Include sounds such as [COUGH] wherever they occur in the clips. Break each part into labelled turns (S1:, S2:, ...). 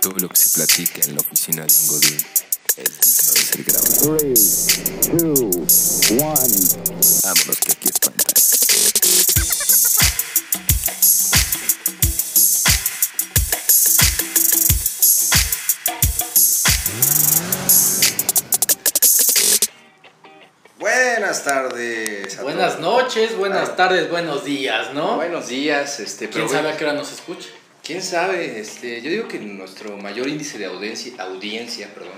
S1: Todo lo que se platica en la oficina de un godín es digno de ser grabado.
S2: 3, 2, 1.
S1: Vámonos que aquí espanta.
S3: Buenas tardes. a
S4: Buenas
S3: todos.
S4: noches, buenas
S3: Ah.
S4: tardes, buenos días, ¿no?
S3: Buenos días, este, pero
S4: ¿Quién sabe a qué hora nos escucha?
S3: quién sabe, este, yo digo que nuestro mayor índice de audiencia, audiencia, perdón,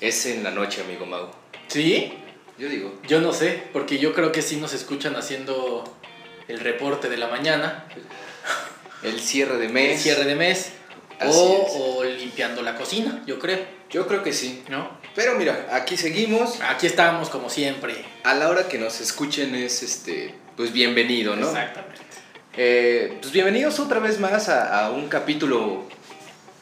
S3: es en la noche, amigo Mau.
S4: ¿Sí?
S3: Yo digo,
S4: Yo no sé, porque yo creo que sí nos escuchan haciendo el reporte de la mañana,
S3: el cierre de
S4: el
S3: mes.
S4: cierre de mes,
S3: Así
S4: o,
S3: es.
S4: o limpiando la cocina, yo creo,
S3: Yo creo que sí.
S4: ¿no?
S3: Pero mira, aquí seguimos.
S4: Aquí estamos como siempre.
S3: A la hora que nos escuchen es este, pues bienvenido, ¿no?
S4: Exactamente.
S3: Eh, pues bienvenidos otra vez más a, a un capítulo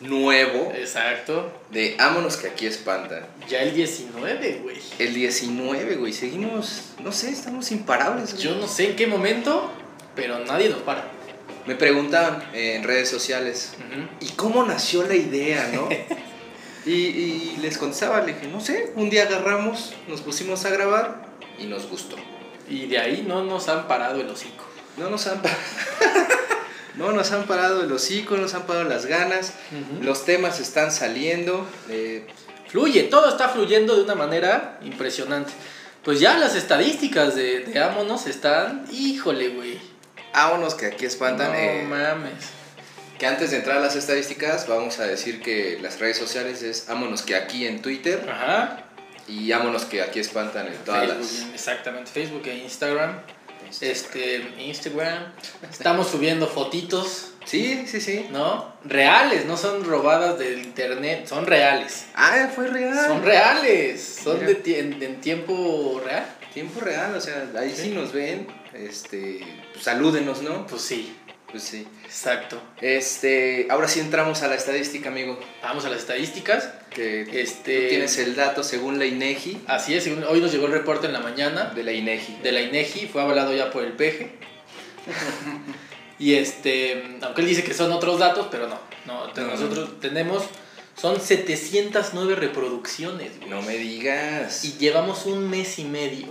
S3: nuevo
S4: Exacto.
S3: de Ámonos que aquí espanta.
S4: Ya el 19, güey.
S3: El 19, güey, seguimos, no sé, estamos imparables. güey.
S4: Yo no sé en qué momento, pero nadie nos para.
S3: Me preguntaban eh, en redes sociales,
S4: Ujú.
S3: ¿y cómo nació la idea, no?
S4: [LAUGHS]
S3: y, y les contestaba, le dije, no sé, un día agarramos, nos pusimos a grabar y nos gustó.
S4: Y de ahí no nos han parado el hocico.
S3: No nos han parado. [LAUGHS] No nos han parado el hocico, nos han parado las ganas,
S4: Ujú.
S3: los temas están saliendo. eh,
S4: Fluye, todo está fluyendo de una manera impresionante. Pues ya las estadísticas de, de Ámonos están, híjole, güey.
S3: vámonos que aquí espantan.
S4: No
S3: eh,
S4: mames.
S3: que antes de entrar a las estadísticas, vamos a decir que las redes sociales es vámonos que aquí en Twitter
S4: Ajá.
S3: y vámonos que aquí espantan en todas
S4: Facebook, Exactamente, Facebook e Instagram.
S3: las.
S4: Este, Instagram. Estamos subiendo fotitos,
S3: Sí, sí, sí.
S4: ¿no? Reales, no son robadas del internet, son reales.
S3: Ah, fue real.
S4: Son reales, son
S3: Mira.
S4: de tie- en, en tiempo real.
S3: Tiempo real, o sea, ahí sí,
S4: Sí.
S3: nos ven. Este, pues, salúdenos, ¿no?
S4: Pues sí,
S3: Pues sí.
S4: exacto.
S3: Este, ahora sí entramos a la estadística, amigo.
S4: Vamos a las estadísticas.
S3: Que
S4: Este-
S3: tú tienes el dato según la INEGI
S4: Así es, según- hoy nos llegó el reporte en la mañana.
S3: de la INEGI.
S4: de la INEGI, fue avalado ya por el [LAUGHS] PG. E. y este, aunque él dice que son otros datos, pero no, no, te-
S3: No, no,
S4: nosotros tenemos, son 709 reproducciones, güey.
S3: No me digas.
S4: Y llevamos un mes y medio.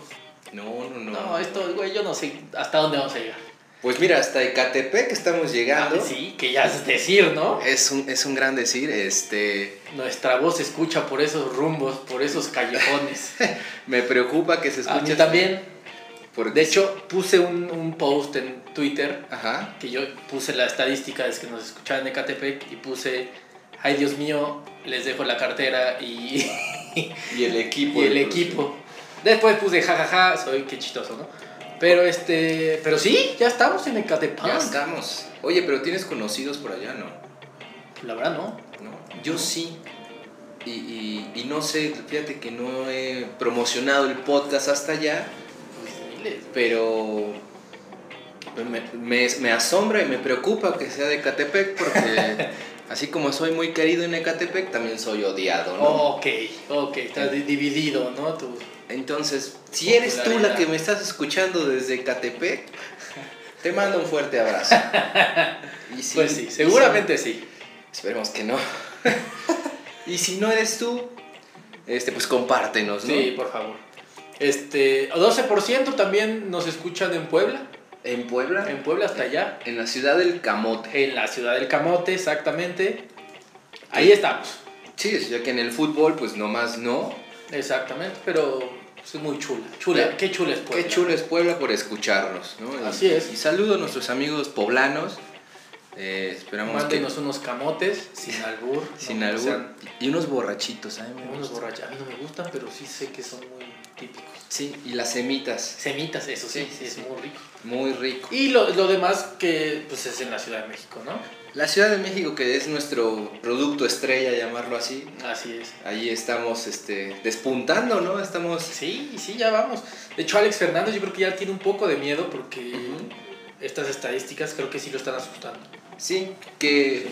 S3: No, no, no.
S4: No, esto, güey, yo no sé hasta dónde vamos a llegar.
S3: Pues mira, hasta Ecatepec estamos llegando.
S4: Ah, Sí, que ya es decir, ¿no?
S3: Es un, es un gran decir, este,
S4: Nuestra voz se escucha por esos rumbos, por esos [LAUGHS] callejones.
S3: me preocupa que se
S4: a
S3: escuche.
S4: mí también.
S3: Porque-
S4: De hecho, puse un, un post en Twitter
S3: Ajá.
S4: que yo puse la estadística es que nos escuchaban en Ecatepec y puse, ay Dios mío, les dejo la cartera y, [LAUGHS]
S3: Pues, Y el equipo.
S4: y el equipo. Después puse, jajaja, soy qué chistoso, ¿no? Pero este, pero sí, ya estamos en Ecatepec.
S3: Ya estamos. Oye, pero tienes conocidos por allá, ¿no?
S4: La verdad no.
S3: ¿no? Yo sí. Y, y- y no sé, fíjate que no he promocionado el podcast hasta allá,
S4: Pues, miles.
S3: pero me, me- me asombra y me preocupa que sea de Ecatepec,
S4: [LAUGHS]
S3: porque así como soy muy querido en Ecatepec, también soy odiado, ¿no?
S4: Ok, ok, estás di- dividido, ¿no? Tú.
S3: Entonces, si eres tú la que me estás escuchando desde Ecatepec, te mando un fuerte
S4: [LAUGHS]
S3: abrazo. Y si-
S4: pues
S3: y
S4: sí,
S3: si-
S4: seguramente sí.
S3: Esperemos que no. [LAUGHS] y si no eres tú, este, pues compártenos, ¿no?
S4: Sí, por favor. Este, 12% también nos escuchan en Puebla,
S3: En Puebla, en,
S4: en Puebla hasta allá.
S3: la ciudad del Camote.
S4: En la ciudad del Camote, exactamente. Ahí estamos.
S3: Sí, es ya que en el fútbol, pues nomás no.
S4: Exactamente, pero es muy chula. Chula,
S3: Sí.
S4: qué chula es Puebla.
S3: Qué chulo es Puebla por escucharnos, ¿no? Y-
S4: Así es.
S3: Y saludo a nuestros amigos poblanos. Eh, esperamos
S4: Mándenos
S3: que.
S4: unos camotes sin albur.
S3: Sin
S4: no, o
S3: albur.
S4: sea,
S3: Y unos borrachitos, ¿eh? Me
S4: unos
S3: gusta.
S4: borrachos. A mí no me gustan, pero sí sé que son muy típicos.
S3: Sí, y las semitas.
S4: Semitas, eso sí,
S3: Sí, sí,
S4: es
S3: sí.
S4: muy rico.
S3: Muy rico.
S4: Y lo, lo demás que pues es en la Ciudad de México, ¿no?
S3: La Ciudad de México, que es nuestro producto estrella, llamarlo así.
S4: Así es.
S3: Ahí estamos este, despuntando, ¿no? Estamos
S4: Sí, sí, ya vamos. De hecho, Alex Fernández yo creo que ya tiene un poco de miedo porque
S3: Ujú.
S4: estas estadísticas creo que sí lo están asustando.
S3: Sí, que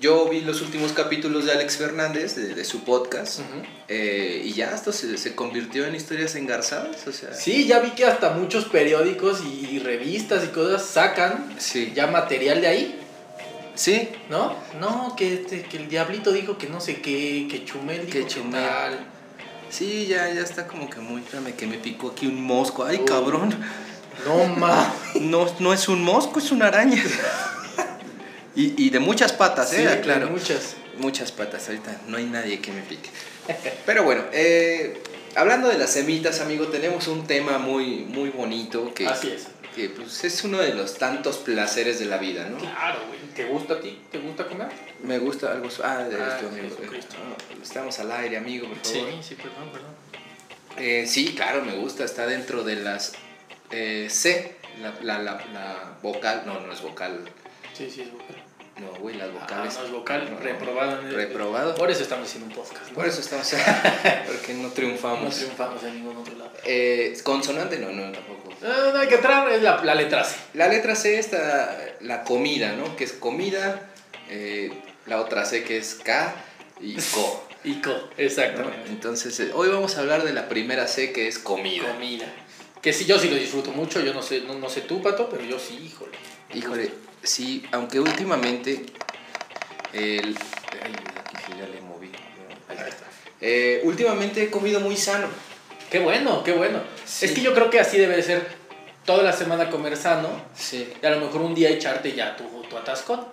S3: yo vi los últimos capítulos de Alex Fernández, de, de su podcast,
S4: Ujú.
S3: eh, y ya esto se, se convirtió en historias engarzadas, o sea...
S4: Sí, ya vi que hasta muchos periódicos y revistas y cosas sacan
S3: Sí.
S4: ya material de ahí.
S3: Sí,
S4: ¿No? No, que, este, que el diablito dijo que no sé qué, que Chumel dijo
S3: Que
S4: que,
S3: Chumel.
S4: tal.
S3: sí, ya, ya está como que muy. Espérame, que me picó aquí un mosco. Ay,
S4: Oh.
S3: cabrón.
S4: No mames.
S3: [LAUGHS] No, no es un mosco, es una araña. y, y de muchas patas, ¿eh? Claro.
S4: Muchas.
S3: Muchas patas, ahorita no hay nadie que me pique. Pero bueno, eh, hablando de las semitas, amigo, tenemos un tema muy, muy bonito que,
S4: Así es.
S3: que pues, es uno de los tantos placeres de la vida, ¿no?
S4: Claro, güey. ¿Te gusta a ti? ¿Te gusta comer?
S3: Me gusta algo... su- Ah, de
S4: Ah,
S3: esto, amigo.
S4: Jesucristo.
S3: No, Estamos al aire, amigo, por favor. Eh,
S4: sí, perdón, perdón.
S3: Sí, claro, me gusta, está dentro de las eh, C, la, la, la, la vocal, no, no es vocal,
S4: Sí, sí, es vocal.
S3: no, güey, las
S4: Ah,
S3: vocales.
S4: no es vocal,
S3: No, no.
S4: reprobado. en el-
S3: Reprobado.
S4: Por eso estamos haciendo un podcast. ¿no?
S3: Por eso
S4: [LAUGHS]
S3: estamos... porque no
S4: no
S3: triunfamos.
S4: triunfamos en ningún otro lado.
S3: Eh, consonante, no, no, tampoco.
S4: Ah, no hay que entrar, es la, la letra C.
S3: La letra C está la comida, ¿no? Que es comida. eh, la otra C que es K y Co.
S4: Y co,
S3: ¿no?
S4: exactamente.
S3: Entonces, eh, hoy vamos a hablar de la primera C que es comida.
S4: Comida. Que sí, yo sí lo disfruto mucho, yo no sé, no, no sé tú, Pato, pero yo sí, híjole.
S3: Híjole, sí, aunque últimamente. El, ay, aquí ya le moví. no, ahí está. Eh, últimamente he comido muy sano.
S4: Qué bueno, qué bueno.
S3: Sí.
S4: Es que yo creo que así debe de ser toda la semana comer sano
S3: Sí.
S4: y a lo mejor un día echarte ya tu, tu atascón,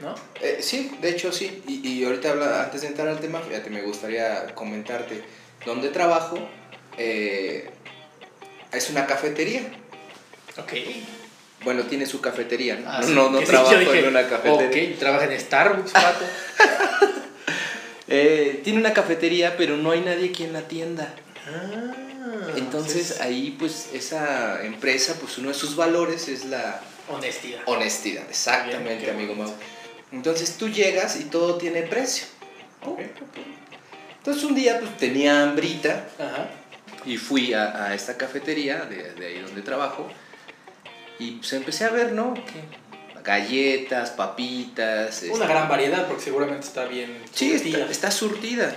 S4: ¿no?
S3: Eh, sí, de hecho sí. Y, y ahorita habla, antes de entrar al tema, fíjate, me gustaría comentarte. Donde trabajo eh, es una cafetería.
S4: Ok.
S3: Bueno, tiene su cafetería, ¿no?
S4: Ah,
S3: no,
S4: [LAUGHS] sí,
S3: no, no
S4: que sí,
S3: trabajo
S4: yo dije,
S3: en una cafetería.
S4: Ok, trabaja en Starbucks,
S3: [LAUGHS]
S4: Pato.
S3: Eh, tiene una cafetería, pero no hay nadie aquí en la tienda.
S4: Ah,
S3: Entonces
S4: entonces,
S3: ahí, pues, esa empresa, pues uno de sus valores es la
S4: honestidad.
S3: honestidad.
S4: Bien,
S3: Exactamente,
S4: qué
S3: amigo
S4: bonito.
S3: Mau. Entonces tú llegas y todo tiene precio.
S4: Ok.
S3: Entonces un día, pues, tenía hambrita.
S4: Ajá.
S3: Y fui a, a esta cafetería de, de ahí donde trabajo y pues empecé a ver, ¿no? Que galletas, papitas.
S4: Una
S3: este,
S4: gran variedad porque seguramente está bien.
S3: Sí,
S4: surtida.
S3: está, está surtida.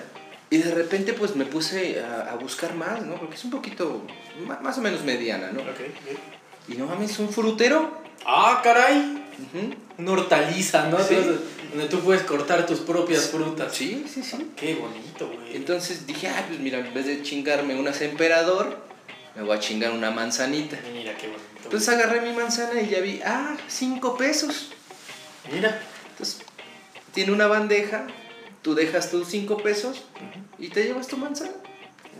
S3: Y de repente pues me puse a, a buscar más, ¿no? Porque es un poquito, ma- más o menos mediana, ¿no?
S4: Ok, bien.
S3: Y no mames, un frutero.
S4: Ah, caray.
S3: Ujú.
S4: Una hortaliza, ¿no?
S3: Sí.
S4: Entonces, Donde tú puedes cortar tus propias frutas.
S3: Sí, sí, sí.
S4: Qué bonito, güey.
S3: Entonces dije, ah, pues mira, en vez de chingarme unas emperador, me voy a chingar una manzanita.
S4: Mira, qué bonito.
S3: Entonces agarré mi manzana y ya vi, ah, cinco pesos.
S4: güey. Mira.
S3: Entonces, tiene una bandeja, tú dejas tus cinco pesos y te llevas tu manzana.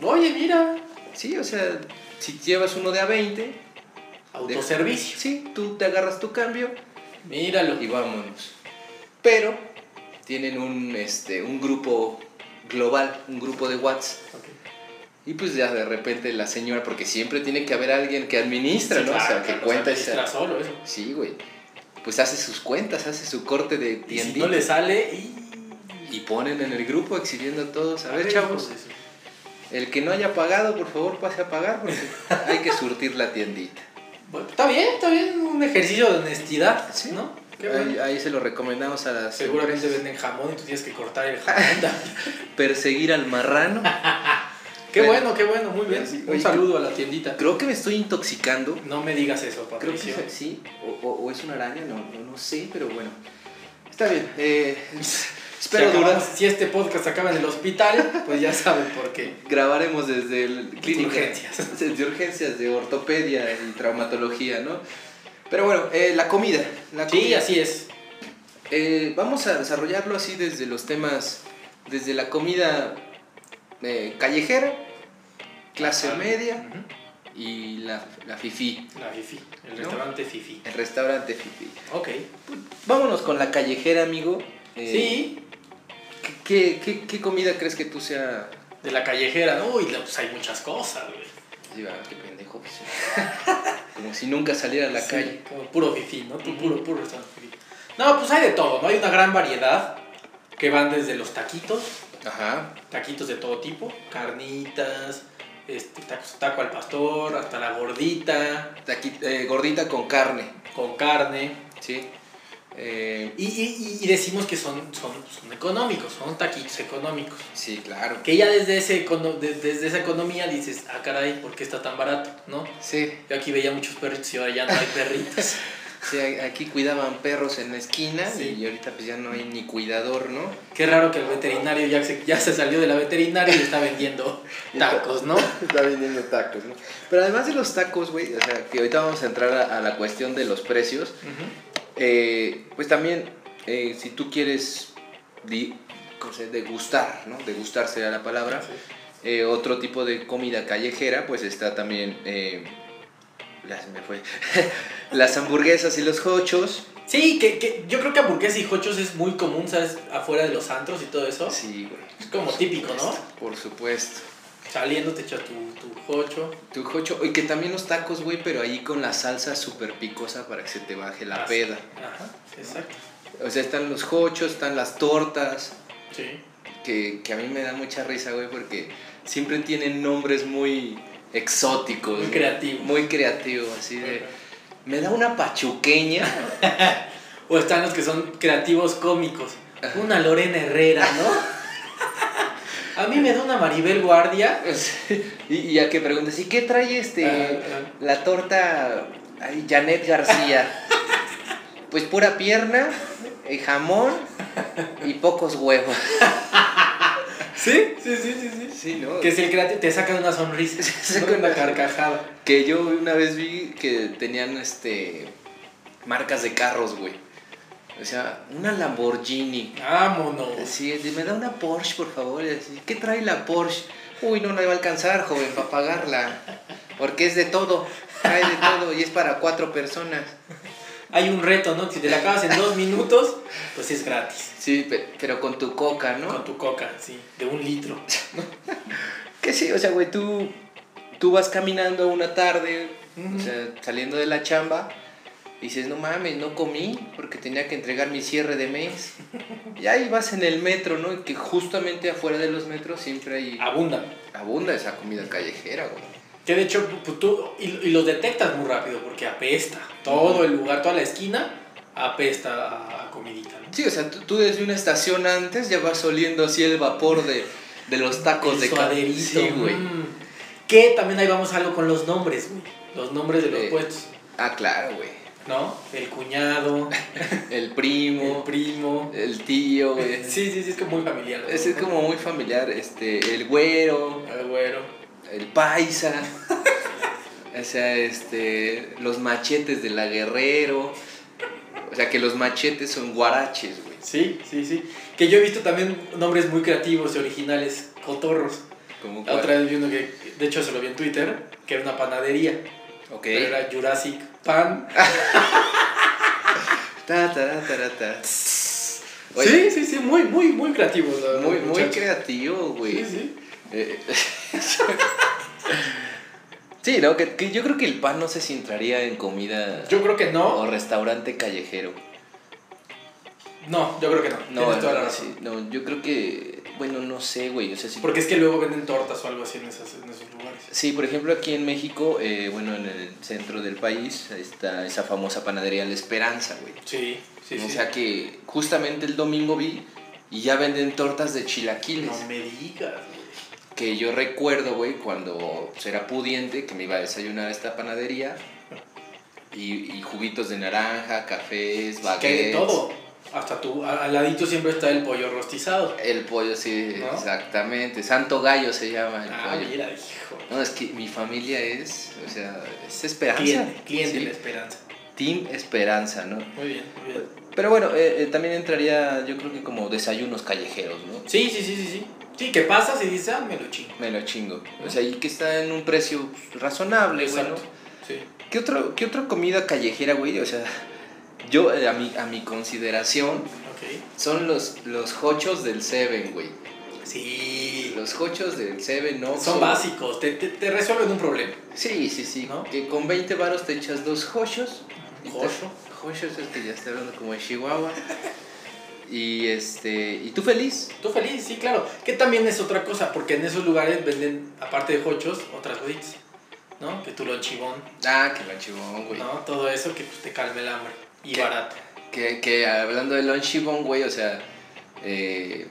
S4: Oye, mira.
S3: Sí, o sea, si llevas uno de a 20,
S4: Autoservicio.
S3: sí, tú te agarras tu cambio
S4: Míralo.
S3: y vámonos. Pero tienen un, este, un grupo global, un grupo de WhatsApp. Y pues ya de repente la señora, porque siempre tiene que haber alguien que administra,
S4: Sí,
S3: ¿no?
S4: claro,
S3: o sea, que
S4: claro,
S3: cuenta
S4: administra
S3: esa...
S4: solo eso.
S3: Sí, güey. Pues hace sus cuentas, hace su corte de
S4: Y si
S3: tiendita.
S4: no le sale y...
S3: Y ponen en el grupo exhibiendo a todos. A ver,
S4: Ay,
S3: chavos,
S4: hijos de su-
S3: El que no haya pagado, por favor, pase a pagar porque
S4: [LAUGHS]
S3: hay que surtir la tiendita.
S4: Bueno, está bien, está bien. Un ejercicio de honestidad,
S3: Sí. ah,
S4: ¿no? Qué bueno.
S3: Ahí, ahí se lo recomendamos a las
S4: Seguramente
S3: empresas.
S4: venden jamón y tú tienes que cortar
S3: [LAUGHS]
S4: el jamón. también.
S3: Perseguir al marrano.
S4: qué
S3: Pero-
S4: bueno, qué bueno, muy bien.
S3: Sí,
S4: Un
S3: oye,
S4: saludo a la tiendita.
S3: Creo que me estoy intoxicando.
S4: No me digas eso,
S3: Creo que
S4: Patricio.
S3: es- sí. O, o- o es una araña, no, no, no sé, pero bueno. Está bien. eh,
S4: [LAUGHS]
S3: espero
S4: si, acabamos-
S3: durar.
S4: si este podcast acaba en el hospital, pues ya saben por qué.
S3: [LAUGHS] Grabaremos desde el clínica. [LAUGHS]
S4: Urgencias.
S3: Desde urgencias de ortopedia y traumatología, ¿no? Pero bueno, eh, la comida. La
S4: Sí,
S3: comida.
S4: así es.
S3: Eh, vamos a desarrollarlo así desde los temas, desde la comida eh, callejera, clase
S4: Ajá.
S3: media
S4: Ujú.
S3: y la, la fifi,
S4: La fifi, el
S3: ¿No?
S4: restaurante fifi.
S3: el restaurante fifi.
S4: Ok.
S3: Vámonos con la callejera, amigo. Eh,
S4: Sí,
S3: ¿qué, qué, qué comida crees que tú sea?
S4: de la callejera, ¿no? Uy, la- pues hay muchas cosas, güey.
S3: Sí, va, qué pendejo. pues, sí.
S4: [LAUGHS]
S3: Como si nunca saliera a la
S4: Sí,
S3: calle.
S4: Como puro fifi, ¿no? Tu puro, puro restaurante fifi. No, pues hay de todo, ¿no? Hay una gran variedad que van desde los taquitos,
S3: Ajá.
S4: taquitos de todo tipo, carnitas, este, tacos- taco al pastor, hasta la gordita,
S3: Taqui- eh, gordita con carne,
S4: con carne.
S3: ¿sí? Eh,
S4: Y, y- y decimos que son, son, son económicos, son taquitos económicos.
S3: sí, claro.
S4: Que ya desde, ese, econo- de- desde esa economía dices, ah, caray, ¿por qué está tan barato? ¿No?
S3: Sí. [LAUGHS]
S4: Yo aquí veía muchos perritos y ahora ya no hay perritos.
S3: Sí, a- aquí cuidaban perros en la esquina
S4: Sí.
S3: y ahorita pues ya no hay ni cuidador, ¿no?
S4: Qué raro que el veterinario ya se, ya se salió de la veterinaria y
S3: [LAUGHS]
S4: está vendiendo tacos, ¿no?
S3: [LAUGHS] Está vendiendo tacos, ¿no? Pero además de los tacos, güey, o sea, que ahorita vamos a entrar a, a la cuestión de los precios, eh, pues también, eh, si tú quieres di- ¿cómo se dice? degustar, ¿no? Degustar sería la palabra. Eh, otro tipo de comida callejera, pues está también... eh, las, me fue. [LAUGHS] las hamburguesas y los hochos.
S4: Sí, que, que yo creo que hamburguesas y hochos es muy común, ¿sabes? Afuera de los antros y todo eso.
S3: Sí, güey.
S4: Es como típico, ¿no?
S3: Por supuesto.
S4: Saliendo te echas tu, tu hocho.
S3: Tu jocho, y que también los tacos, güey, pero ahí con la salsa súper picosa para que se te baje la
S4: Así.
S3: peda.
S4: Ajá, exacto.
S3: O sea, están los jochos, están las tortas,
S4: Sí.
S3: que, que a mí me da mucha risa, güey, porque siempre tienen nombres muy exóticos.
S4: Muy
S3: güey.
S4: creativos.
S3: Muy creativos, así de... Me da una pachuqueña.
S4: [LAUGHS] O están los que son creativos cómicos. Una Lorena Herrera,
S3: [LAUGHS]
S4: ¿no? A mí me da una Maribel Guardia.
S3: y, y ya que preguntas, ¿y qué trae este...
S4: Ah, ah.
S3: La torta... ay, Janet
S4: [LAUGHS]
S3: García. pues pura pierna, eh, jamón y pocos huevos.
S4: Sí, sí, sí, sí, sí.
S3: Sí, ¿no?
S4: Que es el creativo, te sacan una sonrisa, [LAUGHS]
S3: Se
S4: ¿no?
S3: saca
S4: una
S3: una-
S4: carcajada.
S3: Que yo una vez vi que tenían este marcas de carros, güey. O sea, una Lamborghini.
S4: Vámonos.
S3: Así, de, me da una Porsche, por favor. Y así, ¿Qué trae la Porsche? Uy, no la va a alcanzar, joven, para pagarla. Porque es de todo. Trae de todo y es para cuatro personas.
S4: Hay un reto, ¿no? Si te la acabas en dos minutos, pues es gratis.
S3: Sí, pe- pero con tu coca,
S4: Con
S3: ¿no?
S4: tu coca, sí, de un litro.
S3: Que sí, o sea, güey, tú, tú vas caminando una tarde,
S4: Ujú.
S3: o sea, saliendo de la chamba, y dices, no mames, no comí porque tenía que entregar mi cierre de mes. Y ahí vas en el metro, ¿no? Y que justamente afuera de los metros siempre hay...
S4: Abunda.
S3: Abunda esa comida callejera, güey.
S4: Que de hecho, pues, tú, y, y los detectas muy rápido porque apesta. Todo el lugar, toda la esquina, apesta a, a comidita, ¿no?
S3: Sí, o sea, tú, tú desde una estación antes ya vas oliendo así el vapor de, de los tacos
S4: El
S3: de ca-
S4: suaderito.
S3: Sí, güey.
S4: mm. Que también ahí vamos a algo con los nombres, güey. Los nombres de los
S3: Eh.
S4: puestos,
S3: Ah, claro, güey.
S4: ¿no?
S3: [LAUGHS]
S4: El cuñado,
S3: El
S4: el
S3: primo,
S4: primo.
S3: el tío, güey.
S4: [LAUGHS] Sí, sí, sí, es que muy familiar. ¿no?
S3: Ese es como muy familiar, este, el güero,
S4: El güero.
S3: el paisa, o sea, este, los machetes de la guerrero, o sea, que los machetes son guaraches, güey,
S4: Sí, sí, sí. Que yo he visto también nombres muy creativos y originales, cotorros.
S3: como
S4: La otra vez vi uno que, de hecho, se lo vi en Twitter, que era una panadería.
S3: guara- Ok. Ah,
S4: Pero era Jurassic Pan.
S3: Ta, ta, ta, ta, ta.
S4: sí, sí, sí, muy, muy, muy creativo. la verdad,
S3: Muy, muy
S4: muchacho.
S3: creativo, güey.
S4: Sí, sí.
S3: Eh, [LAUGHS] sí, ¿no? Que, que yo creo que el pan no sé si entraría en comida
S4: Yo creo que no.
S3: o restaurante callejero.
S4: No, yo creo que no.
S3: No,
S4: Tienes toda la razón.
S3: sí, no, yo creo que, bueno, no sé, güey, o sea, si...
S4: Porque es que luego venden tortas o algo así en, esas- en esos lugares.
S3: Sí, por ejemplo, aquí en México, eh, bueno, en el centro del país, está esa famosa panadería La Esperanza, güey.
S4: Sí, sí,
S3: o
S4: sí.
S3: sea que justamente el domingo vi y ya venden tortas de chilaquiles.
S4: no me digas, güey.
S3: Que yo recuerdo, güey, cuando pues, era pudiente, que me iba a desayunar a esta panadería. Y, y juguitos de naranja, cafés,
S4: Que hay de
S3: baguettes.
S4: todo. Hasta tú, a- al ladito siempre está el pollo rostizado.
S3: El pollo, sí,
S4: ¿No?
S3: exactamente. Santo Gallo se llama el
S4: Ah,
S3: pollo.
S4: mira, hijo.
S3: No, es que mi familia es, o sea, es Esperanza.
S4: Cliente, cliente
S3: Sí.
S4: la esperanza.
S3: Team Esperanza, ¿no?
S4: Muy bien, muy bien.
S3: Pero bueno, eh, eh, también entraría, yo creo que como desayunos callejeros, ¿no?
S4: Sí, sí, sí, sí, sí. Sí, que pasas y dices, ah, me lo chingo.
S3: Me lo chingo. O sea, y que está en un precio pues, razonable, güey. ¿no?
S4: Exacto. Sí.
S3: ¿Qué, otro, ¿Qué otra comida callejera, güey? O sea, yo, eh, a, mi, a mi consideración,
S4: Ok.
S3: son los, los hochos del Seven, güey.
S4: Sí.
S3: Los hochos del Seven, ¿no?
S4: Son básicos, te, te, te resuelven un problema.
S3: Sí, sí, sí.
S4: ¿No?
S3: Que con 20 varos te echas dos hochos. y te-
S4: Jocho.
S3: Hochos es que ya está hablando como de Chihuahua. Y este, y tú feliz.
S4: Tú feliz, sí, claro. Que también es otra cosa, porque en esos lugares venden, aparte de hochos, otras cositas. ¿No? Que tu lonchibón,
S3: Ah, que manchibón, güey.
S4: ¿no? Todo eso que pues, te calme el hambre. Y
S3: ¿Qué?
S4: barato.
S3: Que, que hablando de Lonchibón, güey, o sea, eh,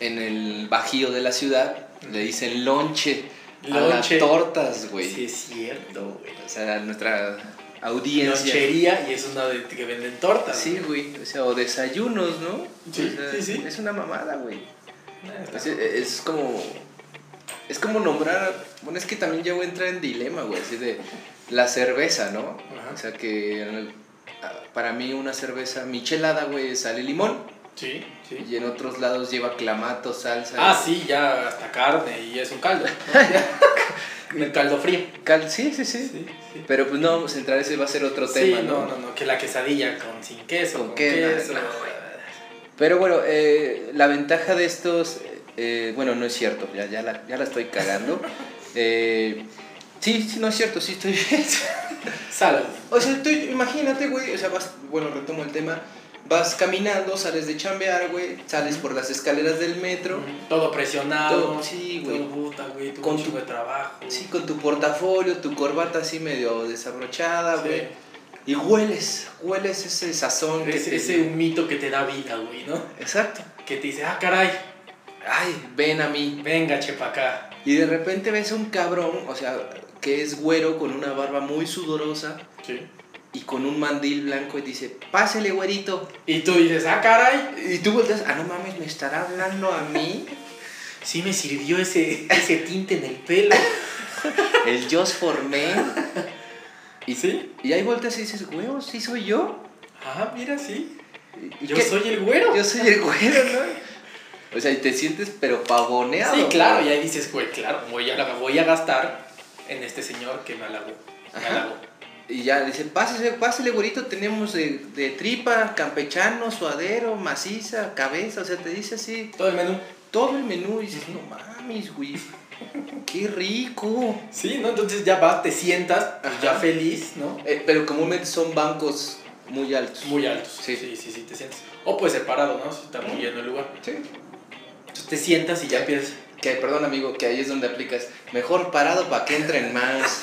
S3: en el bajío de la ciudad le dicen lonche, a las
S4: Lonche.
S3: tortas, güey.
S4: Sí, es cierto, güey.
S3: O sea, nuestra audiencia.
S4: lonchería y es una de que venden tortas.
S3: Sí, güey. O sea, o desayunos, ¿no?
S4: Sí,
S3: O sea,
S4: sí, sí.
S3: Es una mamada, güey.
S4: güey. Ah, está
S3: Es, es como. Es como nombrar. Bueno, es que también ya voy a entrar en dilema, güey. Así de. La cerveza, ¿no?
S4: Ajá.
S3: O sea, que. en el- ah, para mí, una cerveza michelada, güey, sale limón.
S4: Sí, sí.
S3: Y en otros lados lleva clamato, salsa.
S4: Ah, sí, ya hasta carne y es un [LAUGHS] caldo. El caldo frío.
S3: Cal- sí, sí, sí,
S4: Sí, sí.
S3: Pero pues no vamos a entrar, ese va a ser otro
S4: Sí,
S3: tema,
S4: no, no, no, que la quesadilla con sin queso,
S3: Con
S4: con,
S3: qué,
S4: queso.
S3: no, no, Pero bueno, eh, la ventaja de estos, eh, bueno, no es cierto, ya, ya, la, ya la estoy
S4: [LAUGHS]
S3: cagando. Eh, sí, sí, no es cierto, sí estoy
S4: Salud.
S3: [LAUGHS] O sea, tú imagínate, güey, o sea, vas, bueno, retomo el tema, vas caminando, sales de chambear, güey, sales por las escaleras del metro,
S4: Todo presionado.
S3: Todo, sí, güey.
S4: Todo puta, güey. Todo
S3: Con
S4: con
S3: tu-
S4: tu de trabajo.
S3: sí, con tu portafolio, tu corbata así medio desabrochada,
S4: Sí.
S3: güey, y hueles, hueles ese sazón que
S4: Ese,
S3: te-
S4: ese humito que te da vida, güey, ¿no?
S3: Exacto.
S4: Que te dice, ah, caray,
S3: Ay, ven a mí.
S4: venga, chepa acá.
S3: Y de repente ves a un cabrón, o sea, que es güero con una barba muy sudorosa
S4: Sí.
S3: y con un mandil blanco y dice, pásele güerito.
S4: Y tú dices, ah, caray,
S3: Y tú volteas, ah, no mames, ¿me estará hablando a mí?
S4: sí me sirvió ese, ese tinte en el pelo.
S3: [LAUGHS] El Dios formé.
S4: ¿Y sí?
S3: Y ahí volteas y dices, güero, ¿sí soy yo?
S4: Ah, mira, sí.
S3: ¿Y
S4: Yo
S3: qué?
S4: soy el güero.
S3: Yo soy el güero, ¿no? O sea, y te sientes pero pavoneado.
S4: Sí,
S3: güey.
S4: claro, y ahí dices, güey, claro, voy a, voy a gastar en este señor que me halagó. Me
S3: Ajá.
S4: halagó.
S3: Y ya dice, pásele, pásele, güerito, tenemos de, de tripa, campechano, suadero, maciza, cabeza, o sea, te dice así
S4: Todo el menú.
S3: todo el menú y dices, no mames, güey, qué rico.
S4: Sí, ¿no? Entonces ya vas, te sientas, pues,
S3: Ajá.
S4: ya feliz, ¿no?
S3: Eh, pero comúnmente son bancos muy altos.
S4: Muy altos.
S3: Sí.
S4: Sí. sí, sí, te sientas. O pues separado, ¿no? Si está muy lleno el lugar.
S3: Sí.
S4: Entonces te sientas y ya empiezas.
S3: Que, perdón, amigo, que ahí es donde aplicas, mejor parado para que entren más.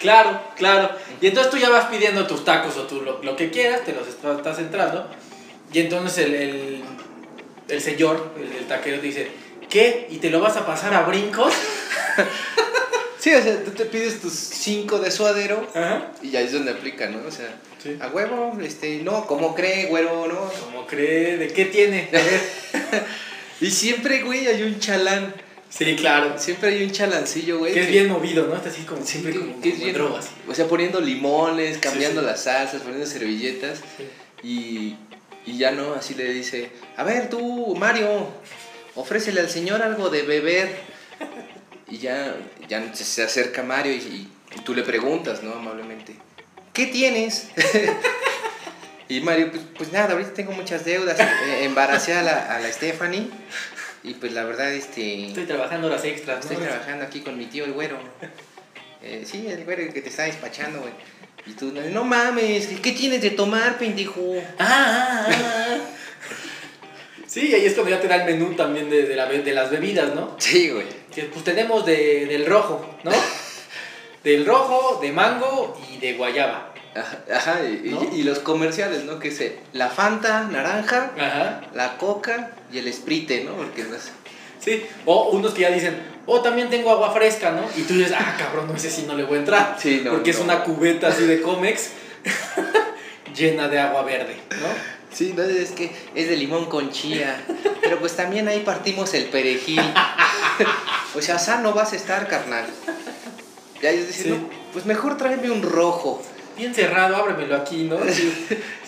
S4: Claro, claro. Y entonces tú ya vas pidiendo tus tacos o tú lo, lo que quieras, te los est- estás entrando. Y entonces el, el, el señor, el, el taquero, te dice, ¿qué? ¿Y te lo vas a pasar a brincos?
S3: Sí, o sea, tú te pides tus cinco de suadero
S4: Ajá.
S3: y ahí es donde aplica, ¿no? O sea,
S4: Sí.
S3: a huevo, este, no, ¿cómo cree, güero, no?
S4: ¿Cómo cree? ¿De qué tiene? A ver.
S3: Y siempre, güey, hay un chalán.
S4: Sí, claro.
S3: Siempre hay un chalancillo, güey.
S4: Que es bien movido, ¿no? Está así como
S3: Sí,
S4: siempre
S3: que-
S4: como,
S3: que es
S4: como
S3: bien-
S4: drogas.
S3: O sea, poniendo limones, cambiando
S4: sí.
S3: las salsas, poniendo servilletas. Y, y ya no, así le dice, a ver tú, Mario, ofrécele al señor algo de beber. Y ya, ya se, se acerca Mario y, y tú le preguntas, ¿no? Amablemente, ¿qué tienes? [LAUGHS] y Mario, pues, pues nada, ahorita tengo muchas deudas, eh, embaracé a la, a la Stephanie y pues la verdad, este...
S4: Estoy trabajando horas extras, ¿no?
S3: Estoy trabajando aquí con mi tío el güero. Eh, sí, el güero que te está despachando, güey. Y tú, no mames, ¿qué tienes de tomar, pendejo?
S4: Ah, ah, ah. Sí, ahí es cuando ya te da el menú también de, de la be- de las bebidas, ¿no?
S3: Sí, güey.
S4: Que pues tenemos de, del rojo,
S3: [LAUGHS]
S4: ¿no? Del rojo, de mango y de guayaba.
S3: Ajá, ajá, y, y-
S4: ¿No?
S3: y los comerciales, ¿no? Que se, la Fanta, naranja,
S4: Ajá.
S3: la coca y el Sprite, ¿no? Porque pues, no es-
S4: Sí, o unos que ya dicen, oh, también tengo agua fresca, ¿no? Y tú dices, ah, cabrón, no sé si no le voy a entrar.
S3: Sí, no,
S4: porque
S3: no.
S4: es una cubeta así de cómex [LAUGHS] llena de agua verde, ¿no?
S3: Sí, no es que es de limón con chía. Pero pues también ahí partimos el perejil. [LAUGHS] o sea, sano vas a estar, carnal. Ya ellos dicen,
S4: Sí.
S3: "No, pues mejor tráeme un rojo.
S4: Bien cerrado, ábremelo aquí,
S3: [LAUGHS]
S4: ¿no? Sí,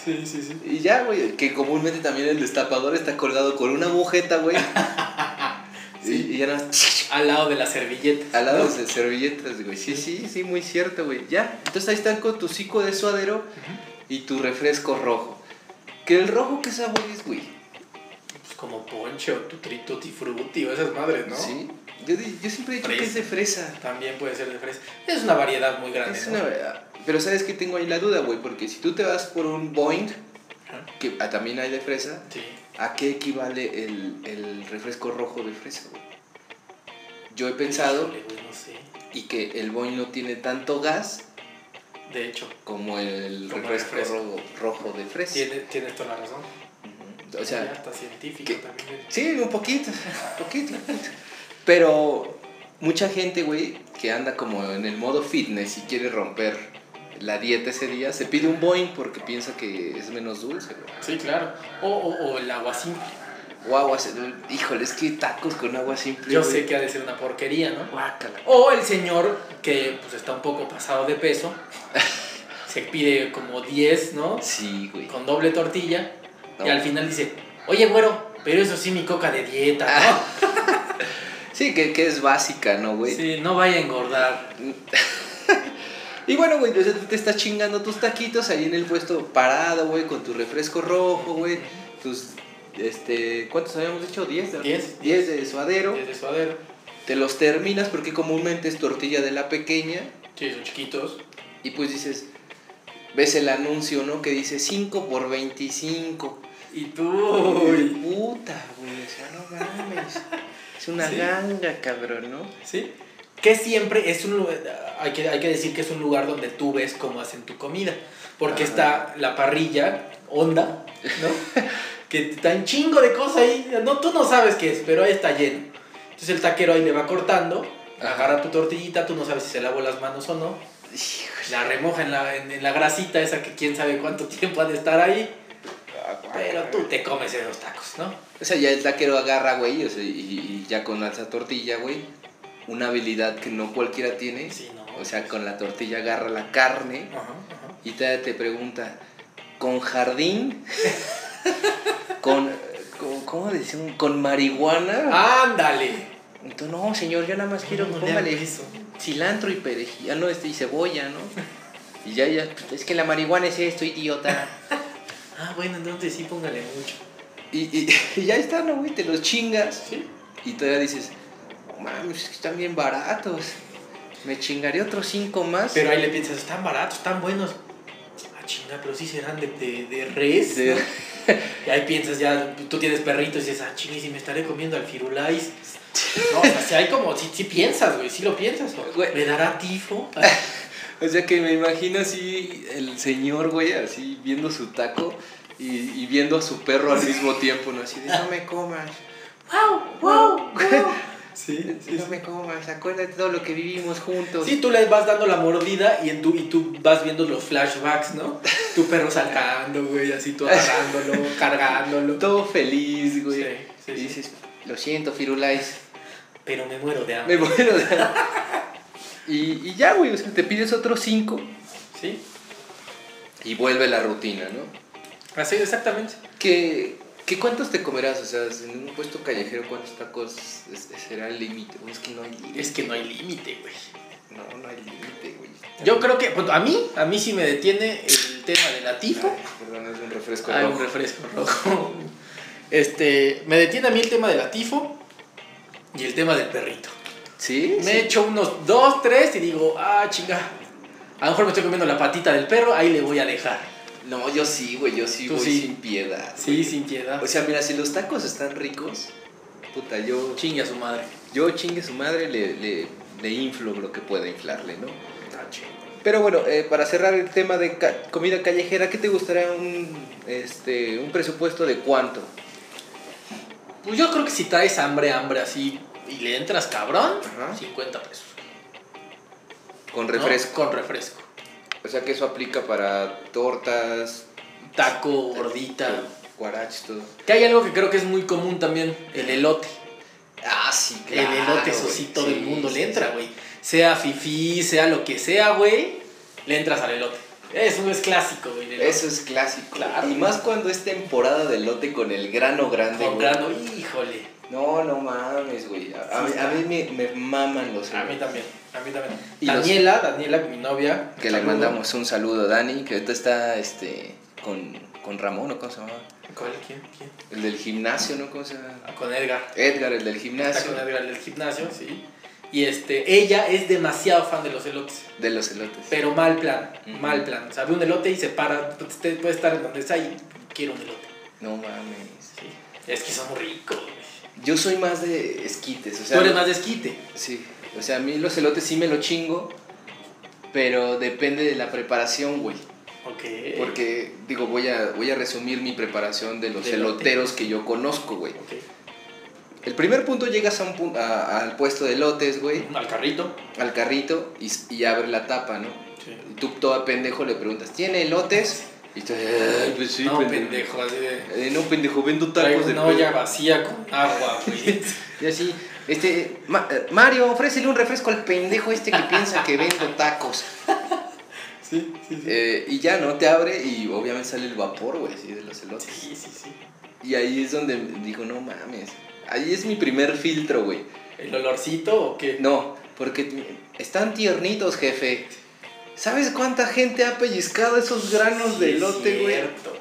S4: sí, sí. sí.
S3: Y ya, güey, que comúnmente también el destapador está colgado con una agujeta,
S4: [LAUGHS]
S3: güey.
S4: Sí.
S3: Y, y ya nada más,
S4: Al lado de la servilleta. Pues,
S3: al lado de servilletas, güey. Sí, sí, sí, muy cierto, güey. Ya, entonces ahí están con tu cico de suadero y tu refresco rojo. Que el rojo, ¿qué sabor es, güey?
S4: Pues como poncho, tu tutti frutti o esas madres, ¿no?
S3: Sí. Yo, di- yo siempre he dicho que es de fresa.
S4: También puede ser de fresa. Es una variedad muy grande.
S3: Es
S4: ¿no?
S3: una verdad. Pero sabes que tengo ahí la duda, güey, porque si tú te vas por un Boeing,
S4: Ajá.
S3: que ah, también hay de fresa,
S4: Sí.
S3: ¿A qué equivale el, el refresco rojo de fresa, güey? Yo he pensado
S4: Híjole, güey, no sé.
S3: y que el boing no tiene tanto gas
S4: De hecho,
S3: como el
S4: Como el
S3: refresco
S4: refresco.
S3: rojo, rojo de fresa.
S4: tiene, tienes toda la razón.
S3: O
S4: Ya
S3: sea,
S4: hasta científico
S3: ¿qué?
S4: también.
S3: sí, un poquito, [LAUGHS] un poquito, un poquito. Pero mucha gente, güey, que anda como en el modo fitness y quiere romper la dieta ese día, se pide un Boeing porque piensa que es menos dulce. güey.
S4: Ah, Sí, claro. O, o- o el agua simple.
S3: O agua, se- híjole, es que tacos con agua simple.
S4: Yo
S3: güey.
S4: sé que ha de ser una porquería, ¿no?
S3: Guácala.
S4: O el señor que pues está un poco pasado
S3: [LAUGHS]
S4: de peso, se pide como 10, ¿no?
S3: Sí, güey.
S4: Con doble tortilla y
S3: No.
S4: al final dice, oye, güero, pero eso sí mi coca de dieta, ¿no?
S3: Sí, que, que es básica, ¿no, Ah, güey?
S4: Sí, no vaya a engordar.
S3: Y bueno, güey, entonces tú te estás chingando tus taquitos ahí en el puesto parado, güey, con tu refresco rojo, güey. Tus, este, ¿cuántos habíamos dicho? ¿10? de-
S4: Diez.
S3: Diez de suadero.
S4: Desde suadero.
S3: Te los terminas porque comúnmente es tortilla de la pequeña.
S4: Sí, son chiquitos.
S3: Y pues dices, ves el anuncio, ¿no? Que dice 5 por 25.
S4: Y tú.
S3: Puta, güey, o sea, no
S4: [LAUGHS]
S3: mames. Es una
S4: Sí.
S3: ganga, cabrón, ¿no?
S4: ¿Sí? Que siempre es un lugar, hay que, hay que decir que es un lugar donde tú ves cómo hacen tu comida. Porque
S3: Ajá.
S4: está la parrilla, onda,
S3: [LAUGHS]
S4: ¿no? que está un chingo de cosas ahí. No, tú no sabes qué es, pero ahí está lleno. Entonces el taquero ahí le va cortando,
S3: Ajá.
S4: agarra tu tortillita, tú no sabes si se lavó las manos o no. La remoja en la, en- en la grasita esa que quién sabe cuánto tiempo ha de estar ahí. Pero tú te comes esos tacos, ¿no?
S3: O sea, ya el taquero agarra, güey, o sea, y, y ya con alza tortilla, güey. Una habilidad que no cualquiera tiene.
S4: Sí, no.
S3: O sea, con la tortilla agarra la carne
S4: Ajá, ajá.
S3: y te, te pregunta, ¿con jardín? [LAUGHS] ¿Con, con- ¿Cómo decimos? ¿Con marihuana?
S4: ¡Ándale!
S3: Entonces, no, señor, yo nada más quiero que
S4: Ah. No le
S3: póngale
S4: hagas eso.
S3: cilantro y perejil, ah, no, este, y cebolla, ¿no? Y ya, ya, es que la marihuana es esto,
S4: [LAUGHS]
S3: idiota.
S4: Ah, bueno, entonces sí póngale mucho.
S3: y, y- [LAUGHS] y ya está, ¿no, güey? Te los chingas.
S4: Sí.
S3: Y todavía dices, "No mames, es que están bien baratos. Me chingaré otros cinco más.
S4: Pero ahí le piensas, están baratos, están buenos. Ah, chinga, pero sí serán de, de, de res.
S3: De- [LAUGHS]
S4: ¿no? Y ahí piensas, ya tú tienes perritos y dices, ah, chinga, y si me estaré comiendo al
S3: [LAUGHS]
S4: firulais. No, o sea, si hay como, si, si piensas, güey, si lo piensas. ¿no?
S3: Güey.
S4: Me dará tifo.
S3: O sea que me imagino así el señor, güey, así viendo su taco y, y viendo a su perro al mismo tiempo, ¿no? Así de, no me comas,
S4: ¡Wow! ¡Wow! Sí, sí,
S3: no me comas, acuérdate todo lo que vivimos juntos.
S4: Sí, tú le vas dando la mordida y, en tu, y tú vas viendo los flashbacks, ¿no? Tu perro saltando, güey, así tú agarrándolo, [LAUGHS] cargándolo.
S3: Todo feliz, güey.
S4: Sí, sí,
S3: y
S4: sí.
S3: dices, lo siento, Firulais.
S4: Pero me muero de hambre.
S3: Me muero de hambre". y, y ya, güey, o sea, te pides otros cinco
S4: Sí,
S3: y vuelve la rutina, ¿no?
S4: así exactamente.
S3: ¿Qué, qué cuántos te comerás? O sea, en un puesto callejero, ¿cuántos tacos es- será el límite? Güey, Es que no hay límite.
S4: Es que no hay límite, güey.
S3: No, no hay límite, güey.
S4: Yo creo que bueno, a mí, a mí sí me detiene el tema de la tifa.
S3: Ay, Perdón, es un refresco.
S4: Hay Ah, un
S3: rojo.
S4: refresco rojo. [LAUGHS] Este, me detiene a mí el tema de la tifo y el tema del perrito.
S3: ¿Sí?
S4: Me echo unos dos, tres y digo, ah, chinga. A lo mejor me estoy comiendo la patita del perro, ahí le voy a dejar.
S3: No, yo sí, güey, yo sí
S4: Tú
S3: voy
S4: sí.
S3: sin piedad.
S4: Sí, sin piedad.
S3: O sea, mira, si los tacos están ricos, puta, yo,
S4: Chingue a su madre.
S3: yo chingue su madre, le, le, le inflo lo que pueda inflarle, ¿no? Pero bueno, eh, para cerrar el tema de ca- comida callejera, ¿qué te gustaría un, este, un presupuesto de cuánto?
S4: Pues yo creo que si traes hambre, hambre así y le entras cabrón,
S3: Ajá.
S4: 50 pesos.
S3: Con
S4: ¿no?
S3: refresco.
S4: Con refresco.
S3: O sea que eso aplica para tortas, eh,
S4: Taco, gordita.
S3: guaraches, todo.
S4: Que hay algo que creo que es muy común también, el elote.
S3: Ah, sí,
S4: el elote, eso sí,
S3: güey.
S4: todo el
S3: Sí,
S4: mundo
S3: sí,
S4: le entra, güey. Sea fifi, sea lo que sea, güey, le entras al elote. Eso es clásico, güey. el elote.
S3: Eso es clásico.
S4: Claro.
S3: Y más cuando es temporada de lote con el grano grande.
S4: Con
S3: güey.
S4: grano, híjole.
S3: No, no mames, güey. A, a
S4: Sí,
S3: mí- a
S4: está.
S3: mí me, me maman los
S4: A mí
S3: elotes.
S4: también, a mí también.
S3: Y los-
S4: Daniela, Daniela, mi novia.
S3: Que le
S4: saludo.
S3: mandamos un saludo a Dani, que ahorita está este, con, con Ramón, ¿o cómo se llama?
S4: ¿Cuál? ¿Quién? ¿Quién?
S3: El del gimnasio, ¿no? ¿Cómo se llama?
S4: Ah, Con Edgar.
S3: Edgar, el del
S4: Está
S3: gimnasio.
S4: con Edgar del gimnasio, sí. Y este, ella es demasiado fan de los elotes.
S3: De los elotes.
S4: Pero mal plan,
S3: Ujú.
S4: mal plan. O sea, ve un elote y se para. Usted puede estar en donde está y quiero un elote.
S3: No mames.
S4: Sí. Es que son ricos, güey.
S3: Yo soy más de esquites, o sea.
S4: Tú eres más desquite.
S3: Sí, o sea, a mí los elotes sí me lo chingo, pero depende de la preparación, güey.
S4: Ok.
S3: Porque, digo, voy a, voy a resumir mi preparación de los
S4: De elote.
S3: eloteros que yo conozco, güey.
S4: Ok.
S3: El primer punto llegas a un pun- a- al puesto de elotes, güey,
S4: Al carrito.
S3: al carrito y, s- y abre la tapa, ¿no?
S4: Sí.
S3: Y tú todo pendejo le preguntas, ¿tiene elotes? Y tú, "Ay, pues sí,
S4: no,
S3: pendejo".
S4: pendejo, así de.
S3: Eh, no, pendejo, vendo
S4: Traigo
S3: tacos de
S4: una
S3: pedo".
S4: olla vacía con agua, güey. [LAUGHS]
S3: Y así, este, "Ma- eh, Mario, ofrécele un refresco al pendejo este que piensa que vendo tacos.
S4: Sí, sí, sí.
S3: Eh, y ya, ¿no? Te abre y obviamente sale el vapor, güey, así de los elotes.
S4: Sí, sí, sí.
S3: Y ahí es donde digo, no mames. Ahí es mi primer filtro, güey.
S4: ¿El olorcito o qué?
S3: No, porque están tiernitos, jefe. ¿Sabes cuánta gente ha pellizcado esos granos de
S4: Sí,
S3: elote, güey?
S4: cierto,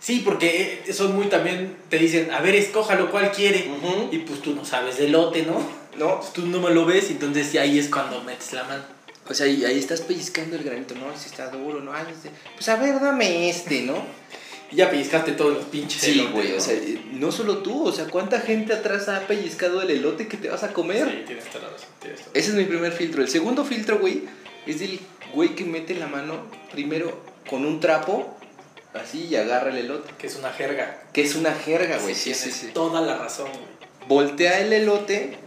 S4: Sí, porque eh, son muy también. Te dicen, a ver, escójalo, ¿cuál quiere?
S3: Ujú.
S4: Y pues tú no sabes de elote, ¿no?
S3: No,
S4: Pues tú no me lo ves, entonces sí, ahí es cuando metes la mano.
S3: o sea, y ahí estás pellizcando el granito, no, si está duro, no, ay, este- pues a ver, dame este, ¿no?
S4: Y ya pellizcaste todos los pinches
S3: Sí,
S4: elotes,
S3: güey,
S4: ¿no?
S3: o sea, eh, no solo tú, o sea, ¿cuánta gente atrás ha pellizcado el elote que te vas a comer?
S4: Sí, tienes toda la razón, tienes toda la razón.
S3: Ese es mi primer filtro. El segundo filtro, güey, es del güey que mete la mano primero con un trapo, así, y agarra el elote.
S4: Que es una jerga.
S3: Que es una jerga, Ah, güey. Sí,
S4: Tienes
S3: sí, sí.
S4: Toda la razón, güey.
S3: Voltea el elote,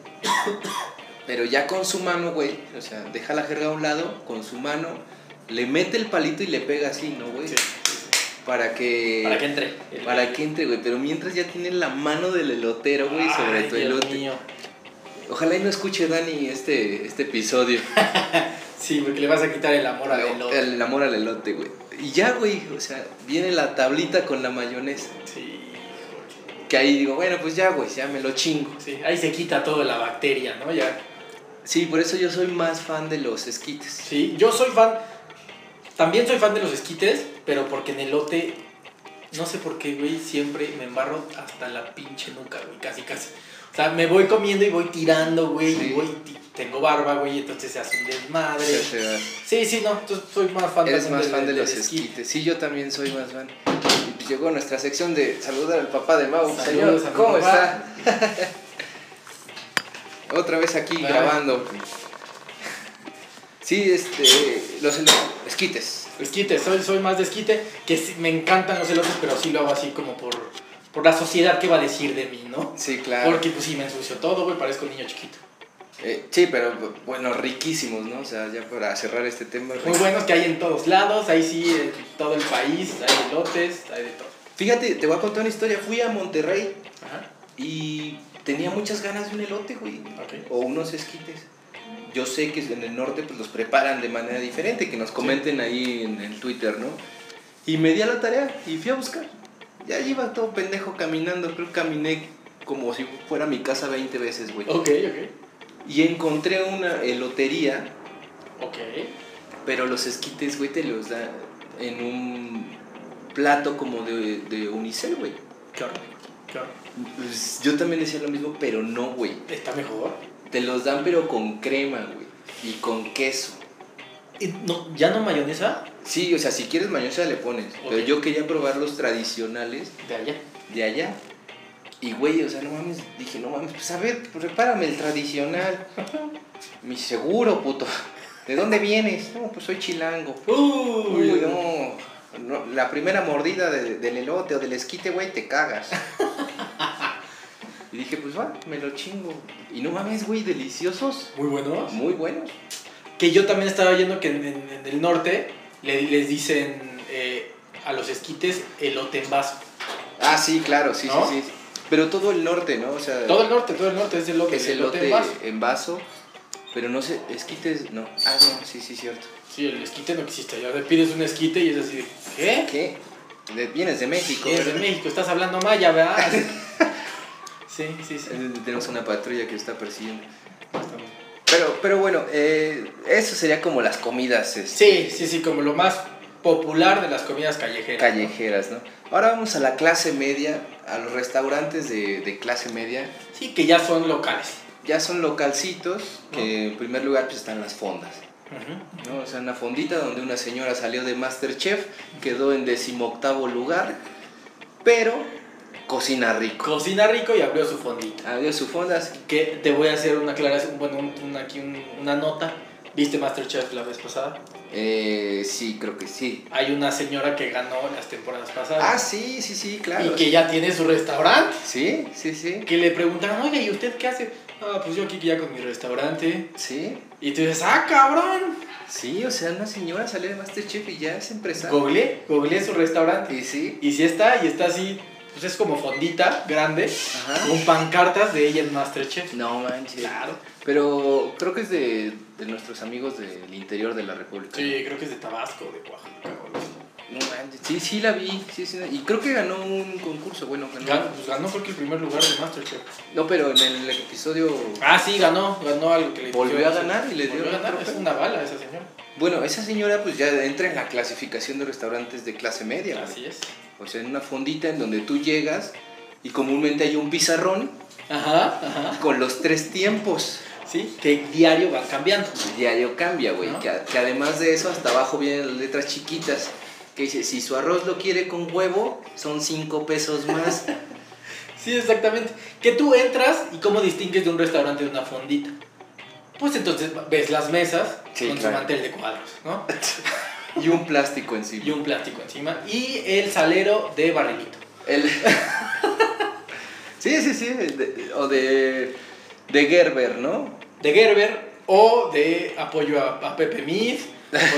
S3: pero ya con su mano, güey. O sea, deja la jerga a un lado, con su mano, le mete el palito y le pega así, ¿no, güey?
S4: Sí, sí, sí.
S3: Para que...
S4: Para que entre. el-
S3: Eh, Para que entre, güey. Pero mientras ya tiene la mano del elotero, güey, sobre
S4: Ay,
S3: tu
S4: Dios
S3: elote.
S4: mío.
S3: Ojalá y no escuche Dani este, este episodio.
S4: Sí, porque le vas a quitar el amor al elote.
S3: El amor al elote, güey. Y ya, güey, o sea, viene la tablita con la mayonesa.
S4: Sí,
S3: Que ahí digo, bueno, pues ya, güey, ya me lo chingo.
S4: sí. Ahí se quita toda la bacteria, ¿no? Ya.
S3: Sí, por eso yo soy más fan de los esquites.
S4: Sí, yo soy fan. También soy fan de los esquites, pero porque en elote. No sé por qué, güey, siempre me embarro hasta la pinche nuca, güey, casi, casi. O sea, me voy comiendo y voy tirando, güey,
S3: Sí.
S4: y voy. ti- Tengo barba, güey, entonces se hace un desmadre.
S3: O sea,
S4: Sí, sí, no, entonces soy más fan
S3: Eres
S4: también
S3: más
S4: del-
S3: fan de
S4: del
S3: los esquites. Sí, yo también soy más fan. Y pues llegó nuestra sección de saludar al papá de Mau.
S4: Saludos a
S3: Señor,
S4: mi
S3: ¿cómo
S4: papá.
S3: está? [LAUGHS] Otra vez aquí
S4: Ay.
S3: grabando. Sí, este, los elo- esquites.
S4: Esquite, soy, soy más de esquite, que sí, me encantan los elotes, pero sí lo hago así como por, por la sociedad que va a decir de mí, ¿no?
S3: Sí, claro.
S4: Porque pues sí, me ensucio todo, güey, parezco un niño chiquito.
S3: Eh, sí, pero bueno, riquísimos, ¿no? O sea, ya para cerrar este tema.
S4: Muy buenos que hay en todos lados, ahí sí, en todo el país, hay elotes, hay de todo.
S3: Fíjate, te voy a contar una historia. Fui a Monterrey
S4: Ajá,
S3: y tenía muchas ganas de un elote, güey.
S4: ok.
S3: O unos esquites. Yo sé que en el norte pues, los preparan de manera diferente, que nos comenten ahí en, en Twitter, ¿no? Y me di a la tarea y fui a buscar. Ya iba todo pendejo caminando, creo que caminé como si fuera mi casa 20 veces, güey.
S4: Ok, ok.
S3: Y encontré una elotería
S4: Ok.
S3: Pero los esquites, güey, te los da en un plato como de, de unicel, güey.
S4: Claro, claro.
S3: Pues, yo también decía lo mismo, pero no, güey.
S4: Está mejor.
S3: Te los dan pero con crema, güey. Y con queso.
S4: Y No, ¿Ya no mayonesa?
S3: Sí, o sea, si quieres mayonesa le pones. Pero
S4: Ok.
S3: yo quería probar los tradicionales
S4: De allá.
S3: de allá. Y, güey, o sea, no mames. Dije, no mames, pues a ver, prepárame el tradicional. Mi seguro, puto. ¿De dónde vienes? No, pues soy chilango.
S4: Uy,
S3: Uy, no. No, La primera mordida de- del elote o del esquite, güey, te cagas. y dije, pues va, me lo chingo. Y no mames, güey, deliciosos.
S4: Muy buenos.
S3: Muy buenos.
S4: Que yo también estaba oyendo que en, en- en el norte le- les dicen eh, a los esquites elote en vaso.
S3: Ah, sí, claro, sí,
S4: ¿No?
S3: sí, sí. Pero todo el norte, ¿no? O sea,
S4: Todo el norte, todo el norte es elote,
S3: es
S4: elote
S3: elote
S4: en vaso.
S3: en vaso. Pero no sé, esquites, no. Ah, no, sí, sí, cierto.
S4: Sí, el esquite no existe. Ya le pides un esquite y es así de, ¿qué?
S3: ¿Qué? De- vienes de México.
S4: Eres de
S3: ¿verdad?
S4: México, estás hablando
S3: [LAUGHS]
S4: maya, ¿verdad? sí, sí, sí.
S3: Eh, Tenemos una patrulla que está persiguiendo.
S4: Está bien.
S3: Pero, pero bueno, eh, eso sería como las comidas. este,
S4: Sí, sí, sí, como lo más popular de las comidas callejeras. ¿no?
S3: callejeras, ¿no? Ahora vamos a la clase media, a los restaurantes de, de clase media.
S4: Sí, que ya son locales.
S3: Ya son localcitos, que en primer lugar pues están las fondas,
S4: Ujú.
S3: ¿no? O sea, una fondita donde una señora salió de Masterchef, quedó en decimoctavo lugar, pero cocina rico.
S4: Cocina rico y abrió su fondita.
S3: Adiós su fonda, sí.
S4: Que te voy a hacer una aclaración, bueno, un- un- aquí un- una nota. ¿Viste Masterchef la vez pasada?
S3: Eh, sí, creo que sí.
S4: Hay una señora que ganó las temporadas pasadas.
S3: Ah, sí, sí, sí, claro.
S4: Y que ya tiene su restaurante.
S3: Sí, sí, sí.
S4: Que le preguntaron, oye, ¿y usted qué hace? Ah, pues yo aquí ya con mi restaurante.
S3: Sí,
S4: Y tú dices, ah, cabrón.
S3: Sí, o sea, una señora salió de Masterchef y ya es empresaria.
S4: Googleé, googleé su restaurante.
S3: Y sí.
S4: Y si está, y está así, pues es como fondita, grande,
S3: Ajá.
S4: con pancartas de ella en Masterchef.
S3: No manches.
S4: Claro.
S3: Pero creo que es de, de nuestros amigos del interior de la República.
S4: Sí, creo que es de Tabasco, de Oaxaca. o algo así.
S3: No manches. Sí, sí la vi. Sí, sí, y creo que ganó un concurso. Bueno, ganó.
S4: Ganó, pues ganó creo que el primer lugar de Masterchef.
S3: No, pero en el episodio.
S4: Ah, sí, ganó, ganó algo que le
S3: Volvió
S4: dio-
S3: a ganar y le
S4: volvió
S3: dio
S4: a ganar.
S3: otro
S4: Es
S3: premio.
S4: una bala esa señora.
S3: Bueno, esa señora pues ya entra en la clasificación de restaurantes de clase media. güey.
S4: Así es.
S3: O sea, en una fondita en donde tú llegas y comúnmente hay un pizarrón
S4: Ajá, ajá.
S3: con los tres tiempos.
S4: Sí, que diario van cambiando.
S3: diario cambia, güey.
S4: ¿No?
S3: Que, a- que además de eso, hasta abajo vienen las letras chiquitas. Que dice, si su arroz lo quiere con huevo, son 5 pesos más.
S4: Sí, exactamente. Que tú entras y cómo distingues de un restaurante de una fondita. Pues entonces ves las mesas
S3: Sí,
S4: con
S3: claro.
S4: su mantel de cuadros, ¿no?
S3: y un plástico encima.
S4: Y un plástico encima. Y el salero de barrilito.
S3: El- [LAUGHS] sí, sí, sí. de- o de, de Gerber, ¿no?
S4: De Gerber o de apoyo a, a Pepe Mid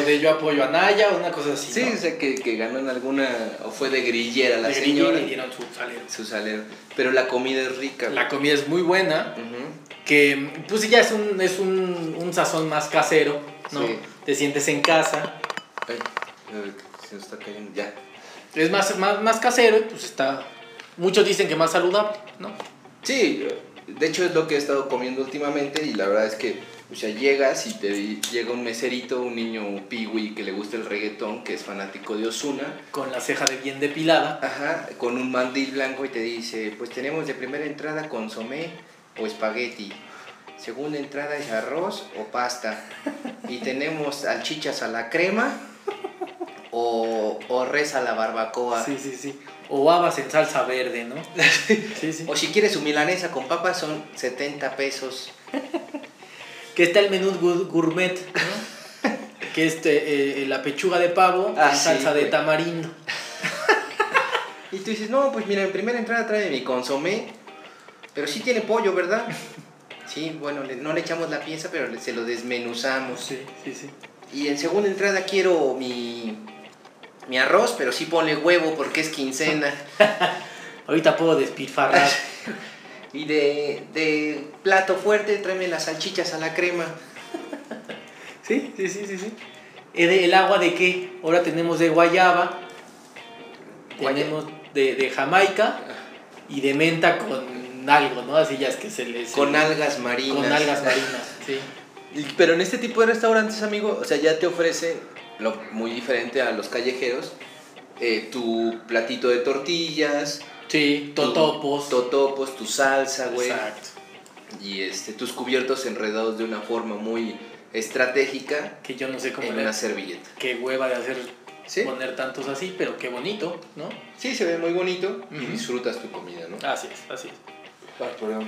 S4: o de yo apoyo a Naya o una cosa así.
S3: Sí,
S4: ¿no?
S3: o sea, que, que ganó en alguna... O fue de grillera la
S4: De Green
S3: señora.
S4: Inn y dieron su salero.
S3: Su salero. Pero la comida es rica.
S4: La comida es muy buena.
S3: Ujú.
S4: que pues sí, ya es un, es un, un sazón más casero, ¿no?
S3: Sí.
S4: Te sientes en casa,
S3: Ay, ay, se nos está cayendo. Ya.
S4: es más, más, más casero y pues está, muchos dicen que más saludable, ¿no?
S3: Sí, de hecho es lo que he estado comiendo últimamente y la verdad es que, o sea, llegas y te llega un meserito, un niño un piwi que le gusta el reggaetón, que es fanático de Osuna,
S4: Con la ceja de bien depilada,
S3: ajá, con un mandil blanco y te dice, pues tenemos de primera entrada consomé o espagueti, segunda entrada es arroz o pasta y tenemos salchichas a la crema o, o res a la barbacoa.
S4: sí, sí, sí, o habas en salsa
S3: [LAUGHS]
S4: verde, ¿no? sí, sí.
S3: O si quieres su milanesa con papas son 70 pesos.
S4: Que está el menú gur- gourmet, ¿no? [LAUGHS] que es eh, eh, la pechuga de pavo
S3: Ah,
S4: en
S3: sí,
S4: salsa de
S3: güey.
S4: tamarindo.
S3: Y tú dices, no, pues mira, en primera entrada trae mi consomé, pero sí tiene pollo,
S4: [LAUGHS]
S3: ¿verdad? Sí, bueno, le- no le echamos la pieza, pero le- se lo desmenuzamos.
S4: Sí, sí, sí.
S3: Y en segunda entrada quiero mi, mi arroz, pero sí ponle huevo porque es quincena.
S4: Ahorita puedo despilfarrar.
S3: Y de, de plato fuerte tráeme las salchichas a la crema.
S4: [LAUGHS] Sí, sí, sí, sí, sí. ¿El, el agua Eh, de qué? Ahora tenemos de guayaba,
S3: Guaya-
S4: tenemos de, de jamaica y de menta con algo, ¿no? Así ya es que se les...
S3: Con algas marinas.
S4: con algas marinas, sí.
S3: Y- Pero en este tipo de restaurantes, amigo, o sea, ya te ofrecen, lo muy diferente a los callejeros, eh, tu platito de tortillas,
S4: Sí, tota,
S3: tu-
S4: totopos.
S3: Totopos, tu salsa, güey.
S4: Exacto.
S3: Y este, tus cubiertos enredados de una forma muy estratégica
S4: Que yo no sé cómo
S3: en
S4: le...
S3: una servilleta.
S4: Qué hueva de hacer
S3: ¿Sí?
S4: poner tantos así, pero qué bonito, ¿no?
S3: Sí, se ve muy bonito y
S4: Ujú.
S3: disfrutas tu comida, ¿no?
S4: Así es, así es.
S3: Ay, perdón.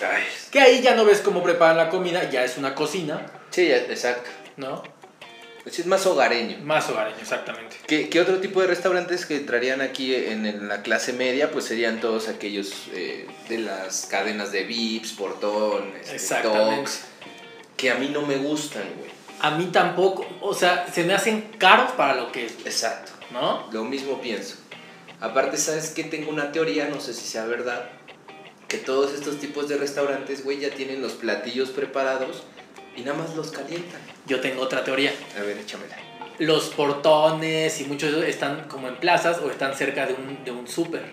S3: Ay.
S4: Que ahí ya no ves cómo preparan la comida, ya es una cocina,
S3: Sí, ya, exacto. Pues
S4: ¿no?
S3: Es más hogareño.
S4: Más hogareño, exactamente.
S3: ¿Qué, qué otro tipo de restaurantes que entrarían aquí en, en la clase media? Pues serían todos aquellos eh, de las cadenas de Vips, Portón, este,
S4: Exactamente.
S3: Tox, que a mí no me gustan, güey.
S4: A mí tampoco, o sea, se me hacen caros para lo que es,
S3: Exacto.
S4: ¿no?
S3: Lo mismo pienso. Aparte, ¿sabes que Tengo una teoría, no sé si sea verdad, que todos estos tipos de restaurantes, güey, ya tienen los platillos preparados y nada más los calientan.
S4: Yo tengo otra teoría.
S3: A ver, échamela.
S4: Los portones y muchos de esos están como en plazas o están cerca de un, de un súper,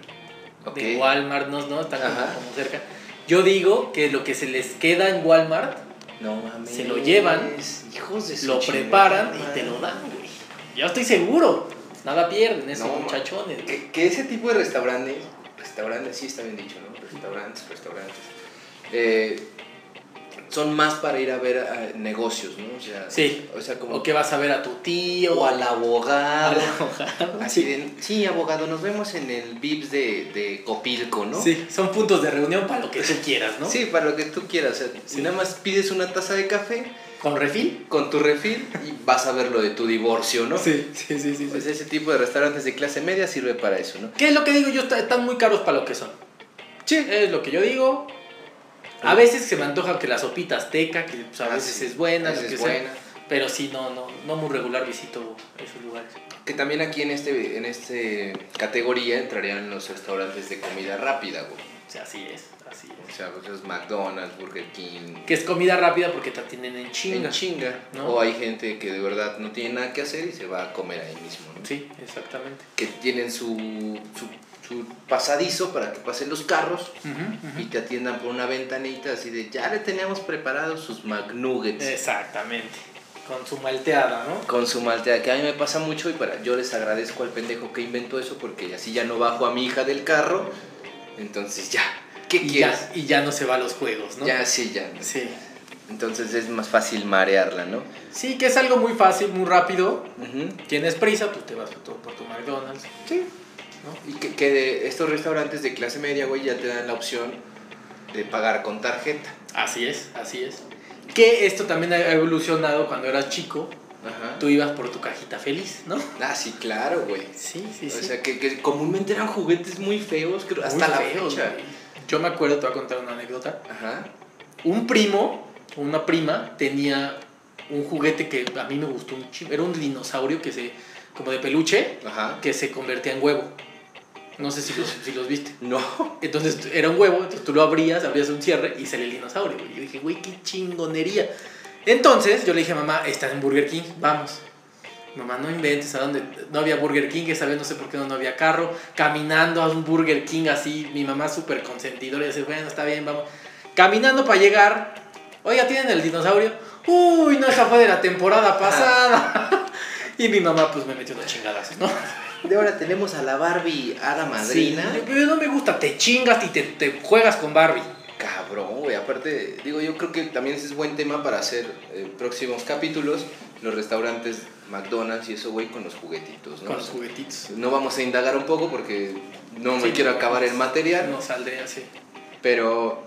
S3: Ok.
S4: de Walmart, ¿no? ¿no? Están como,
S3: Ajá.
S4: como cerca. Yo digo que lo que se les queda en Walmart
S3: No mames.
S4: Se lo llevan,
S3: Hijos de su
S4: lo
S3: chingada
S4: preparan y
S3: madre.
S4: te lo dan, güey. Yo estoy seguro. Nada pierden esos
S3: No, ma-
S4: muchachones. güey.
S3: Que, que ese tipo de restaurantes, restaurantes, sí está bien dicho, ¿no? Restaurantes, restaurantes. eh, son más para ir a ver eh, negocios, ¿no? O sea,
S4: Sí.
S3: O sea, como.
S4: O que vas a ver a tu tío.
S3: o al
S4: a [LAUGHS]
S3: abogado.
S4: la abogada.
S3: Así de, sí, abogado, nos vemos en el VIPS de, de Copilco, ¿no?
S4: Sí, son puntos de reunión para lo que tú quieras, ¿no?
S3: Sí, para lo que tú quieras. o sea,
S4: Sí.
S3: Nada más pides una taza de café [LAUGHS]
S4: Con refil.
S3: con tu refil y vas a ver lo de tu divorcio, ¿no?
S4: Sí, sí, sí, sí.
S3: Pues ese tipo de restaurantes de clase media sirve para eso, ¿no?
S4: ¿Qué es lo que digo yo? Está- Están muy caros para lo que son.
S3: Sí.
S4: Es lo que yo digo. A veces se me antoja que la sopita azteca, que pues, a
S3: Ah,
S4: veces
S3: sí.
S4: es buena,
S3: A
S4: lo
S3: veces
S4: que
S3: es
S4: sea.
S3: buena.
S4: Pero sí, no, no, no muy regular visito esos lugares.
S3: Que también aquí en este en este categoría entrarían los restaurantes de comida rápida, güey.
S4: O sea, así es, así
S3: O
S4: es.
S3: sea, pues, los McDonald's, Burger King.
S4: Que es comida rápida porque te atienden en chinga.
S3: En chinga.
S4: ¿no?
S3: O hay gente que de verdad no tiene nada que hacer y se va a comer ahí mismo. ¿no?
S4: Sí, exactamente.
S3: Que tienen su, su, su pasadizo para que pasen los carros y te atiendan por una ventanita así de ya le teníamos preparados sus McNuggets.
S4: Exactamente. Con su malteada, ¿no?
S3: Con su malteada, que a mí me pasa mucho y para yo les agradezco al pendejo que inventó eso porque así ya no bajo a mi hija del carro. Entonces ya, ¿qué
S4: Y
S3: quieres?
S4: ya, y ya no se va a los juegos, ¿no?
S3: Ya, sí, ya.
S4: Sí.
S3: Entonces es más fácil marearla, ¿no?
S4: Sí, que es algo muy fácil, muy rápido.
S3: Ujú.
S4: Tienes prisa, pues te vas por tu, por tu McDonald's.
S3: Sí. Y que, que de estos restaurantes de clase media, güey, ya te dan la opción de pagar con tarjeta.
S4: Así es, así es. Que esto también ha evolucionado cuando eras chico.
S3: Ajá.
S4: Tú ibas por tu cajita feliz, ¿no?
S3: Ah, sí, claro, güey.
S4: Sí, sí,
S3: O sea, que, que comúnmente eran juguetes muy feos, creo, hasta la fecha.
S4: Yo me acuerdo, te voy a contar una anécdota.
S3: Ajá.
S4: Un primo, o una prima, tenía un juguete que a mí me gustó un chingo. Era un dinosaurio que se, como de peluche,
S3: Ajá.
S4: que se convertía en huevo. No sé si los, si los viste.
S3: No.
S4: Entonces tú- era un huevo, entonces tú lo abrías, abrías un cierre y salía el dinosaurio. güey. Yo dije, güey, qué chingonería. Entonces yo le dije a mamá, está en Burger King, vamos. Mamá, no inventes a dónde. No había Burger King, esa vez no sé por qué no, no había carro. Caminando a un Burger King así, mi mamá súper consentidora y dice, bueno, está bien, vamos. Caminando para llegar, oiga, tienen el dinosaurio. Uy, no, esa fue de la temporada pasada. [LAUGHS] y mi mamá pues me metió unos chingadazos, ¿no?
S3: De ahora tenemos a la Barbie hada madrina.
S4: Sí, pero no me gusta, te chingas y te, te juegas con Barbie.
S3: Cabrón, güey. Aparte, digo, yo creo que también ese es buen tema para hacer eh, próximos capítulos. Los restaurantes McDonald's y eso, güey, con los juguetitos, ¿no?
S4: Con los juguetitos.
S3: No vamos a indagar un poco porque no me
S4: Sí.
S3: quiero acabar el material,
S4: No saldría así.
S3: pero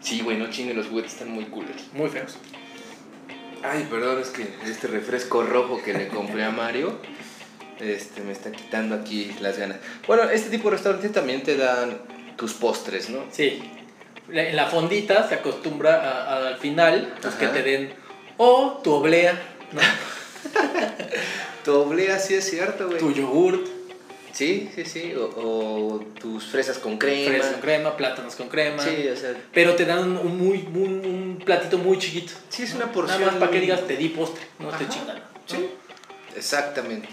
S3: sí, güey, no chingue, los juguetes están muy coolers.
S4: Muy feos.
S3: Ay, perdón, es que este refresco rojo que le compré a Mario este, me está quitando aquí las ganas. Bueno, este tipo de restaurantes también te dan tus postres, ¿no?
S4: Sí. La- En la fondita se acostumbra a- a- al final pues,
S3: Ajá.
S4: que te den o tu oblea, ¿no?
S3: Tu oblea, sí es cierto, güey.
S4: tu yogurt,
S3: Sí, sí, sí. O, o tus fresas con crema.
S4: fresas con crema, plátanos con crema.
S3: Sí, o sea,
S4: Pero te dan un, un muy, un, un platito muy chiquito.
S3: sí es una porción.
S4: Nada más para que digas te di postre, no te
S3: Ajá.
S4: chingan. ¿no?
S3: Sí, exactamente.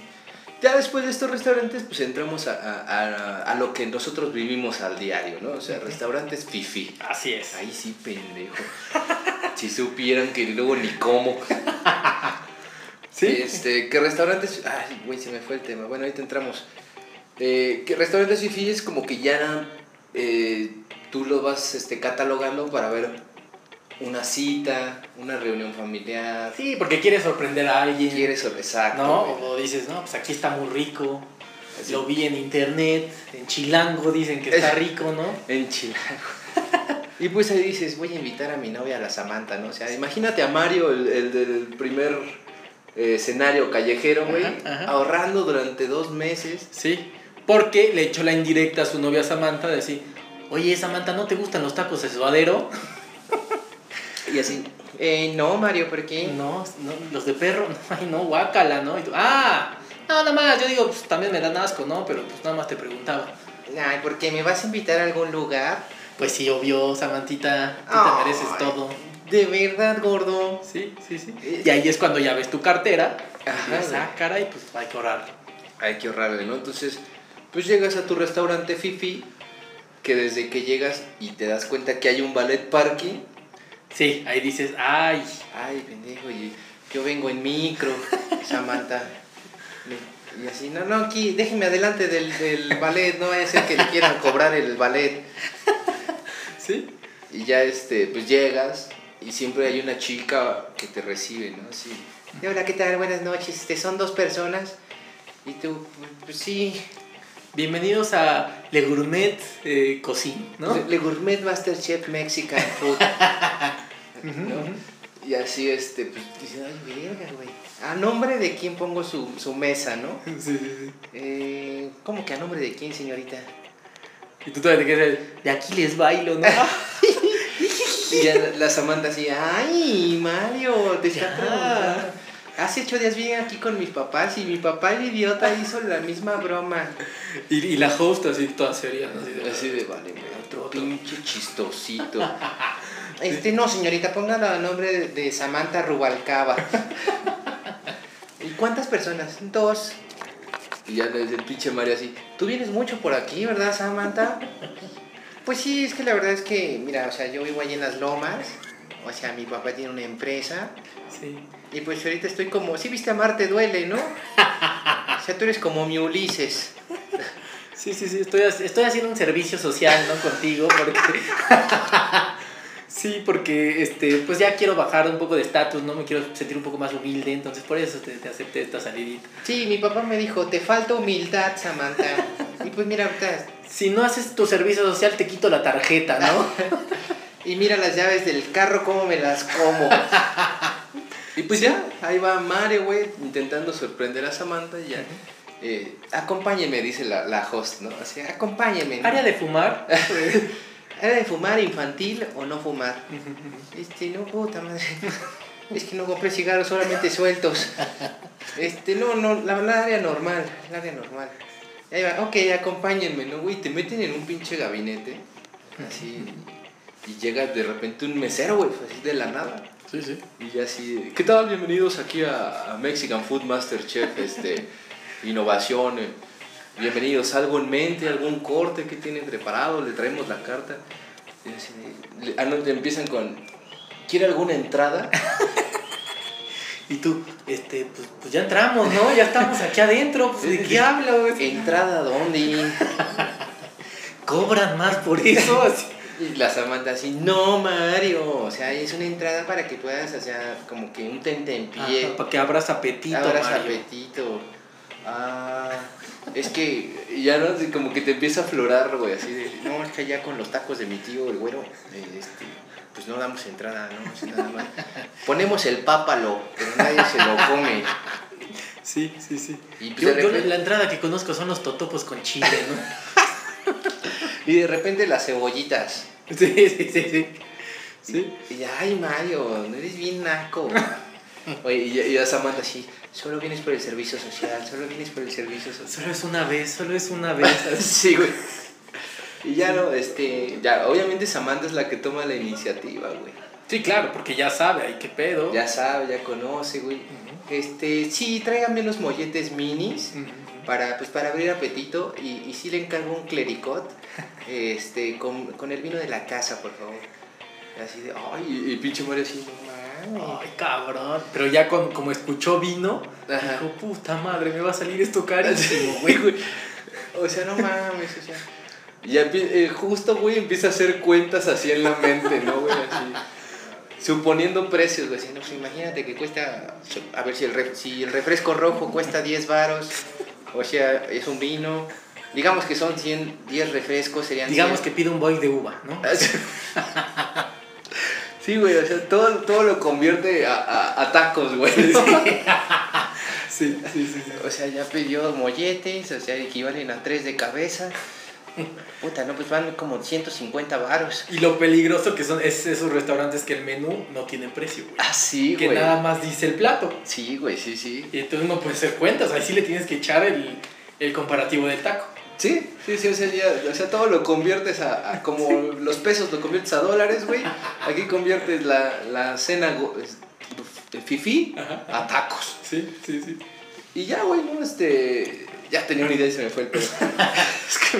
S3: Ya después de estos restaurantes, pues entramos a, a- a- a lo que nosotros vivimos al diario, ¿no? O sea, restaurantes fifi.
S4: Así es.
S3: Ahí sí, pendejo. si supieran que luego ni como. Este, que restaurantes. Ay, güey, se me fue el tema. Bueno, ahorita entramos. Eh, que restaurantes fifi es como que ya eh, tú lo vas este, catalogando para ver una cita, una reunión familiar.
S4: Sí, porque quieres sorprender a alguien.
S3: Quieres sobre- exacto.
S4: ¿No?
S3: güey.
S4: O dices, no, pues aquí está muy rico.
S3: Así.
S4: Lo vi en internet, en Chilango dicen que está rico, ¿no?
S3: En Chilango. [LAUGHS] y pues ahí dices, voy a invitar a mi novia, a la Samantha, ¿no? O sea, imagínate a Mario, el, el del primer eh, escenario callejero, güey,
S4: Ajá, ajá.
S3: ahorrando durante dos meses.
S4: Sí, porque le echó la indirecta a su novia Samantha de decir, oye Samantha, ¿no te gustan los tacos de suadero?
S3: Y así, eh, no, Mario, ¿por qué?
S4: [LAUGHS] No, no, los de perro, [LAUGHS] no, ay no, guácala, ¿no? Y tú, ah, no, nada más, yo digo, pues también me dan asco, ¿no? Pero pues nada más te preguntaba.
S3: Ay, ¿por qué me vas a invitar a algún lugar?
S4: Pues sí, obvio, Samantita, tú
S3: Ay.
S4: te mereces todo.
S3: De verdad, gordo.
S4: Sí, sí, sí. Y ahí es cuando ya ves tu cartera,
S3: Ajá,
S4: y ves,
S3: güey.
S4: ah, caray, pues hay que ahorrarlo.
S3: Hay que ahorrarle, ¿no? Entonces, pues llegas a tu restaurante Fifi, que desde que llegas y te das cuenta que hay un ballet parking,
S4: Sí, ahí dices, ay,
S3: Ay, pendejo, y yo vengo en micro, [LAUGHS] Samantha. Y así, no, no, aquí, déjeme adelante del, del ballet, no vaya a ser que le quieran cobrar el ballet.
S4: sí,
S3: Y ya, este, pues llegas y siempre hay una chica que te recibe, ¿no? Así, "Eh, hola, ¿qué tal? Buenas noches, este, son dos personas. Y tú, pues sí,
S4: bienvenidos a Le Gourmet eh, Cocine, ¿no?
S3: ¿no? Le, Le Gourmet Masterchef Mexican Food. ¿no?
S4: [LAUGHS] ujú.
S3: Y así, este, pues, dicen, ay, verga, güey. ¿A nombre de quién pongo su, su mesa, no?
S4: Sí, sí, sí.
S3: Eh, ¿Cómo que a nombre de quién, señorita?
S4: Y tú todavía te quedas ahí, de aquí les bailo, [LAUGHS] ¿no?
S3: Y ya la Samantha así, ay, Mario, te está
S4: Ya.
S3: preguntando. hace ocho días vine aquí con mis papás y mi papá el idiota hizo la misma broma.
S4: Y, y la host así toda seria, ¿no? Así de-
S3: Así de, vale, güey, otro pinche [LAUGHS] chistosito. Este, no, señorita, ponga el nombre de- de Samantha Rubalcaba. ¿Y cuántas personas? Dos. Y ya desde el pinche Mario así, tú vienes mucho por aquí, ¿verdad, Samantha? Pues sí, es que la verdad es que, mira, o sea, yo vivo allí en las lomas, o sea, mi papá tiene una empresa,
S4: Sí.
S3: y pues ahorita estoy como, sí viste a Marte duele, ¿no? O sea, tú eres como mi Ulises.
S4: Sí, sí, sí, estoy, ha- estoy haciendo un servicio social, ¿no? Contigo, porque... [LAUGHS] sí, porque, este, pues ya quiero bajar un poco de estatus, ¿no? Me quiero sentir un poco más humilde, entonces por eso te, te acepté esta salidita.
S3: Sí, mi papá me dijo, te falta humildad, Samantha. Y pues mira, ahorita-
S4: Si no haces tu servicio social, te quito la tarjeta, [LAUGHS] ¿no?
S3: y mira las llaves del carro, cómo me las como. Y pues ya, ahí va Mario, güey, intentando sorprender a Samantha y ya. eh, acompáñeme, dice la, la host, ¿no? Así, acompáñeme. ¿no?
S4: Área de fumar.
S3: ¿Era de fumar infantil o no fumar? Este, no, puta madre. [LAUGHS] Es que no compré cigarros, solamente sueltos. Este, no, no, la, la área normal, la área normal. Y ahí va, ok, acompáñenme, ¿no, güey? Te meten en un pinche gabinete, así, y llega de repente un mesero, güey, así de la nada.
S4: Sí, sí.
S3: Y ya así, ¿qué tal? Bienvenidos aquí a, a Mexican Food Master Chef,
S4: [LAUGHS]
S3: este, innovación. eh. Bienvenidos, algo en mente, algún corte que tienen preparado, le traemos la carta. Y así de- le- ah, no, te empiezan con, ¿quiere alguna
S4: [LAUGHS]
S3: entrada?
S4: Y tú, este, pues, pues ya entramos, ¿no? Ya estamos aquí adentro, pues, ¿de qué hablo? güey?
S3: ¿Entrada dónde?
S4: Cobran más por eso. así.
S3: Y la Samantha así, no Mario, o sea, es una entrada para que puedas, o sea, como que un tentempié.
S4: Ajá, para ah, que abras apetito,
S3: eh, Abras
S4: Mario.
S3: apetito. Ah, es que ya no, Así como que te empieza a aflorar, güey, así de, no, es que allá con los tacos de mi tío, el güero, eh, este, pues no damos entrada, no, Es nada más. Ponemos el pápalo, pero nadie se lo come.
S4: Sí, sí, sí.
S3: Y, pues,
S4: Yo,
S3: de
S4: yo
S3: repente-
S4: la entrada que conozco son los totopos con chile, ¿no?
S3: y de repente las cebollitas.
S4: [LAUGHS] sí, sí, sí, sí. Sí.
S3: Y, y, ay, Mario, no eres bien naco. Oye, y, y a Samantha así, solo vienes por el servicio social, solo vienes por el servicio social.
S4: Solo es una vez, solo es una vez.
S3: [LAUGHS] sí, güey. Y ya no, este, ya, obviamente Samantha es la que toma la iniciativa, güey.
S4: Sí, claro, porque ya sabe, ay, qué pedo.
S3: Ya sabe, ya conoce, güey. Este, sí, tráigame unos molletes minis
S4: Ujú.
S3: para, pues, para abrir apetito y, y sí le encargo un clericot, este, con, con el vino de la casa, por favor. Así de, ay, y, y pinche Mario así, no mames.
S4: Ay, cabrón. Pero ya con- como escuchó vino,
S3: Ajá.
S4: dijo, puta madre, me va a
S3: [LAUGHS]
S4: salir esto carísimo, güey.
S3: Güey, güey. O sea, no mames, o sea. Y ya empie- eh, justo, güey, empieza a hacer cuentas así en la mente, ¿no, güey? Así. Suponiendo precios, güey. Así, no, pues, imagínate que cuesta. A ver si el, ref- si el refresco rojo cuesta 10 varos. O sea, es un vino. Digamos que son 100, 10 refrescos, serían
S4: Digamos
S3: 100.
S4: que pide un boy de uva, ¿no?
S3: [LAUGHS] Sí, güey, o sea, todo, todo lo convierte a, a- a tacos, güey.
S4: [LAUGHS] Sí, sí, sí. sí.
S3: O sea, ya pidió molletes, o sea, equivalen a tres de cabeza. Puta, no, pues van como 150 varos.
S4: Y lo peligroso que son es esos restaurantes que el menú no tiene precio, güey.
S3: Ah, sí,
S4: que
S3: güey.
S4: nada más dice el plato.
S3: Sí, güey, sí, sí.
S4: Y entonces no puedes hacer cuentas, ahí sí le tienes que echar el, el comparativo del taco.
S3: Sí, sí, sí, o sea, ya- o sea, todo lo conviertes a, a como los pesos lo conviertes a dólares, güey. Aquí conviertes la, la cena go- es- de fifi
S4: Ajá.
S3: a tacos.
S4: Sí, sí, sí.
S3: Y ya, güey, no, este. Ya tenía una idea y se me fue
S4: [LAUGHS]
S3: el pedo. es que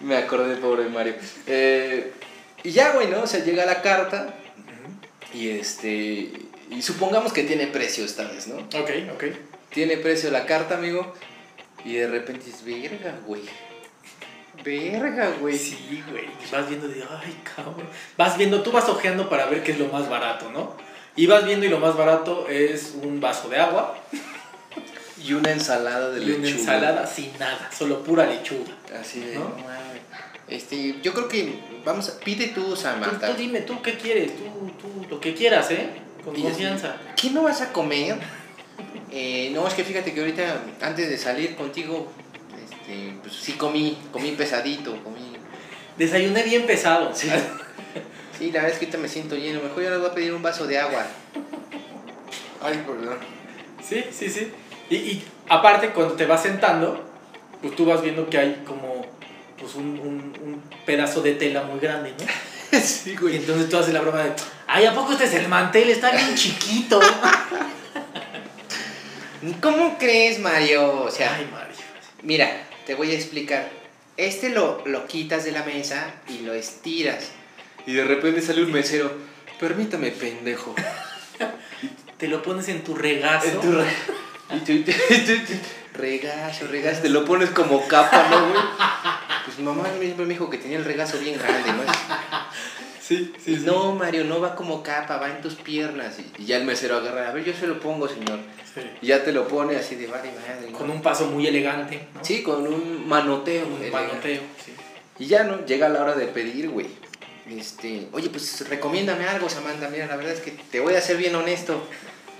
S3: me, me acordé, pobre Mario. Eh, y ya, güey, ¿no? O sea, llega la carta y este. Y supongamos que tiene precio esta vez, ¿no?
S4: Ok, ok.
S3: Tiene precio la carta, amigo. Y de repente es verga, güey. Verga, güey.
S4: Sí, güey. y Vas viendo de, ay, cabrón. Vas viendo, tú vas ojeando para ver qué es lo más barato, ¿no? Y vas viendo y lo más barato es un vaso de agua
S3: Y una ensalada de
S4: y
S3: lechuga.
S4: una ensalada sin nada, solo pura lechuga.
S3: Así de.
S4: ¿No?
S3: no mames. Este, yo creo que. Vamos, a- pide tú,
S4: Tú,
S3: Samantha.
S4: tú dime, tú qué quieres, tú, tú, lo que quieras, ¿eh? Con
S3: Y
S4: confianza.
S3: ¿Qué no vas a comer? Eh, no, es que fíjate que ahorita, antes de salir contigo, este, pues sí comí, comí pesadito, comí.
S4: Desayuné bien pesado.
S3: Sí. [LAUGHS] Sí, la verdad es que ahorita me siento lleno. Mejor yo les voy a pedir un vaso de agua. Ay, perdón.
S4: [LAUGHS] Sí, sí, sí. Y, y aparte, cuando te vas sentando, pues tú vas viendo que hay como pues un, un- un pedazo de tela muy grande,
S3: [LAUGHS]
S4: ¿no?
S3: sí,
S4: Y
S3: güey.
S4: entonces tú haces la broma de, ay, ¿a poco este es el mantel? Está bien chiquito.
S3: [LAUGHS] ¿Cómo crees, Mario? O sea,
S4: ay, Mario.
S3: mira, te voy a explicar. Este lo, lo quitas de la mesa y lo estiras. Y de repente sale un mesero. Permítame, pendejo.
S4: Te lo pones en tu regazo.
S3: En tu re- y tú- [LAUGHS] tú- tú- regazo, regazo, te lo pones como capa, ¿no, güey? Pues mi mamá misma me dijo que tenía el regazo bien grande, ¿no?
S4: Sí, sí, sí.
S3: No, Mario, no va como capa, va en tus piernas. Y, y ya el mesero agarra, a ver, yo se lo pongo, señor.
S4: Sí.
S3: Y ya te lo pone así de vale, madre. ¿no?
S4: Con un paso muy elegante, ¿no?
S3: Sí, con un manoteo.
S4: Un
S3: elegante.
S4: manoteo, sí.
S3: Y ya, ¿no? Llega la hora de pedir, güey. Este, oye, pues recomiéndame algo, Samantha. Mira, la verdad es que te voy a ser bien honesto.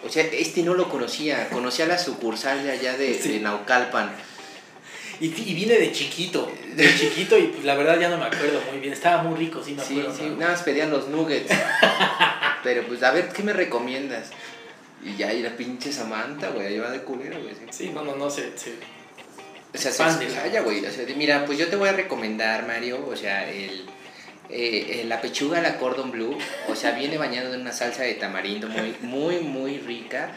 S3: O sea, este no lo conocía. Conocía la sucursal de allá de,
S4: Sí.
S3: de Naucalpan.
S4: Y, y vine de chiquito, de chiquito y pues, la verdad ya no me acuerdo muy bien. Estaba muy rico, sí me
S3: sí,
S4: acuerdo.
S3: sí,
S4: ¿no?
S3: nada más pedían los nuggets. [LAUGHS] Pero pues, a ver, ¿qué me recomiendas? Y ya, y la pinche Samantha, güey, ahí va de culera, güey. sí.
S4: Sí, no, no, no sé. sí.
S3: O sea, se
S4: Expande.
S3: expaya, güey. O sea, de, mira, pues yo te voy a recomendar, Mario, o sea, el, eh, eh, la pechuga a la cordon blue. O sea, viene bañado en una salsa de tamarindo muy, muy, muy rica.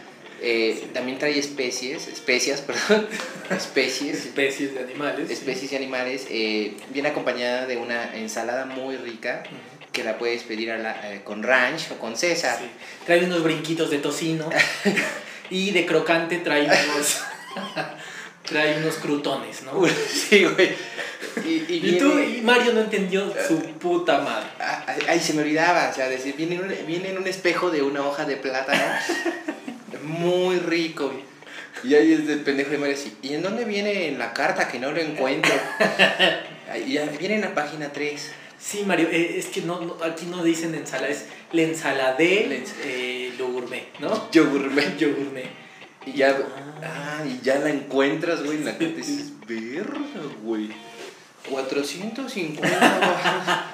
S3: Eh, También trae especies, especias, [LAUGHS] perdón, especies,
S4: Especies de animales. sí.
S3: especies y animales. eh, viene acompañada de una ensalada muy rica
S4: Ujú,
S3: que la puedes pedir a la- eh, con ranch o con César.
S4: sí. Trae unos brinquitos de tocino y de crocante trae unos, [LAUGHS] trae unos crutones, ¿no?
S3: [LAUGHS] Sí, güey. Y, eh. y
S4: Y tú,
S3: viene-
S4: y Mario no entendió su puta madre.
S3: Ah, Ay, ay, se me olvidaba, o sea, decir, viene en un, viene en un espejo de una hoja de plátano.
S4: [LAUGHS]
S3: Muy rico. Y ahí es de pendejo de Mario así. ¿Y en dónde viene en la carta que no lo
S4: [LAUGHS]
S3: encuentro? Ay, ya, viene en la página 3.
S4: Sí, Mario, eh, es que no, no- aquí no dicen ensalada, es la ensalada
S3: La
S4: de
S3: ens-
S4: eh, lo gourmet, ¿no?
S3: Yo gourmet.
S4: Yo [LAUGHS] gourmet.
S3: Y ya, ah, y ya la encuentras, güey, en la carta y dices, [LAUGHS] verga, güey. 450 baros". [LAUGHS]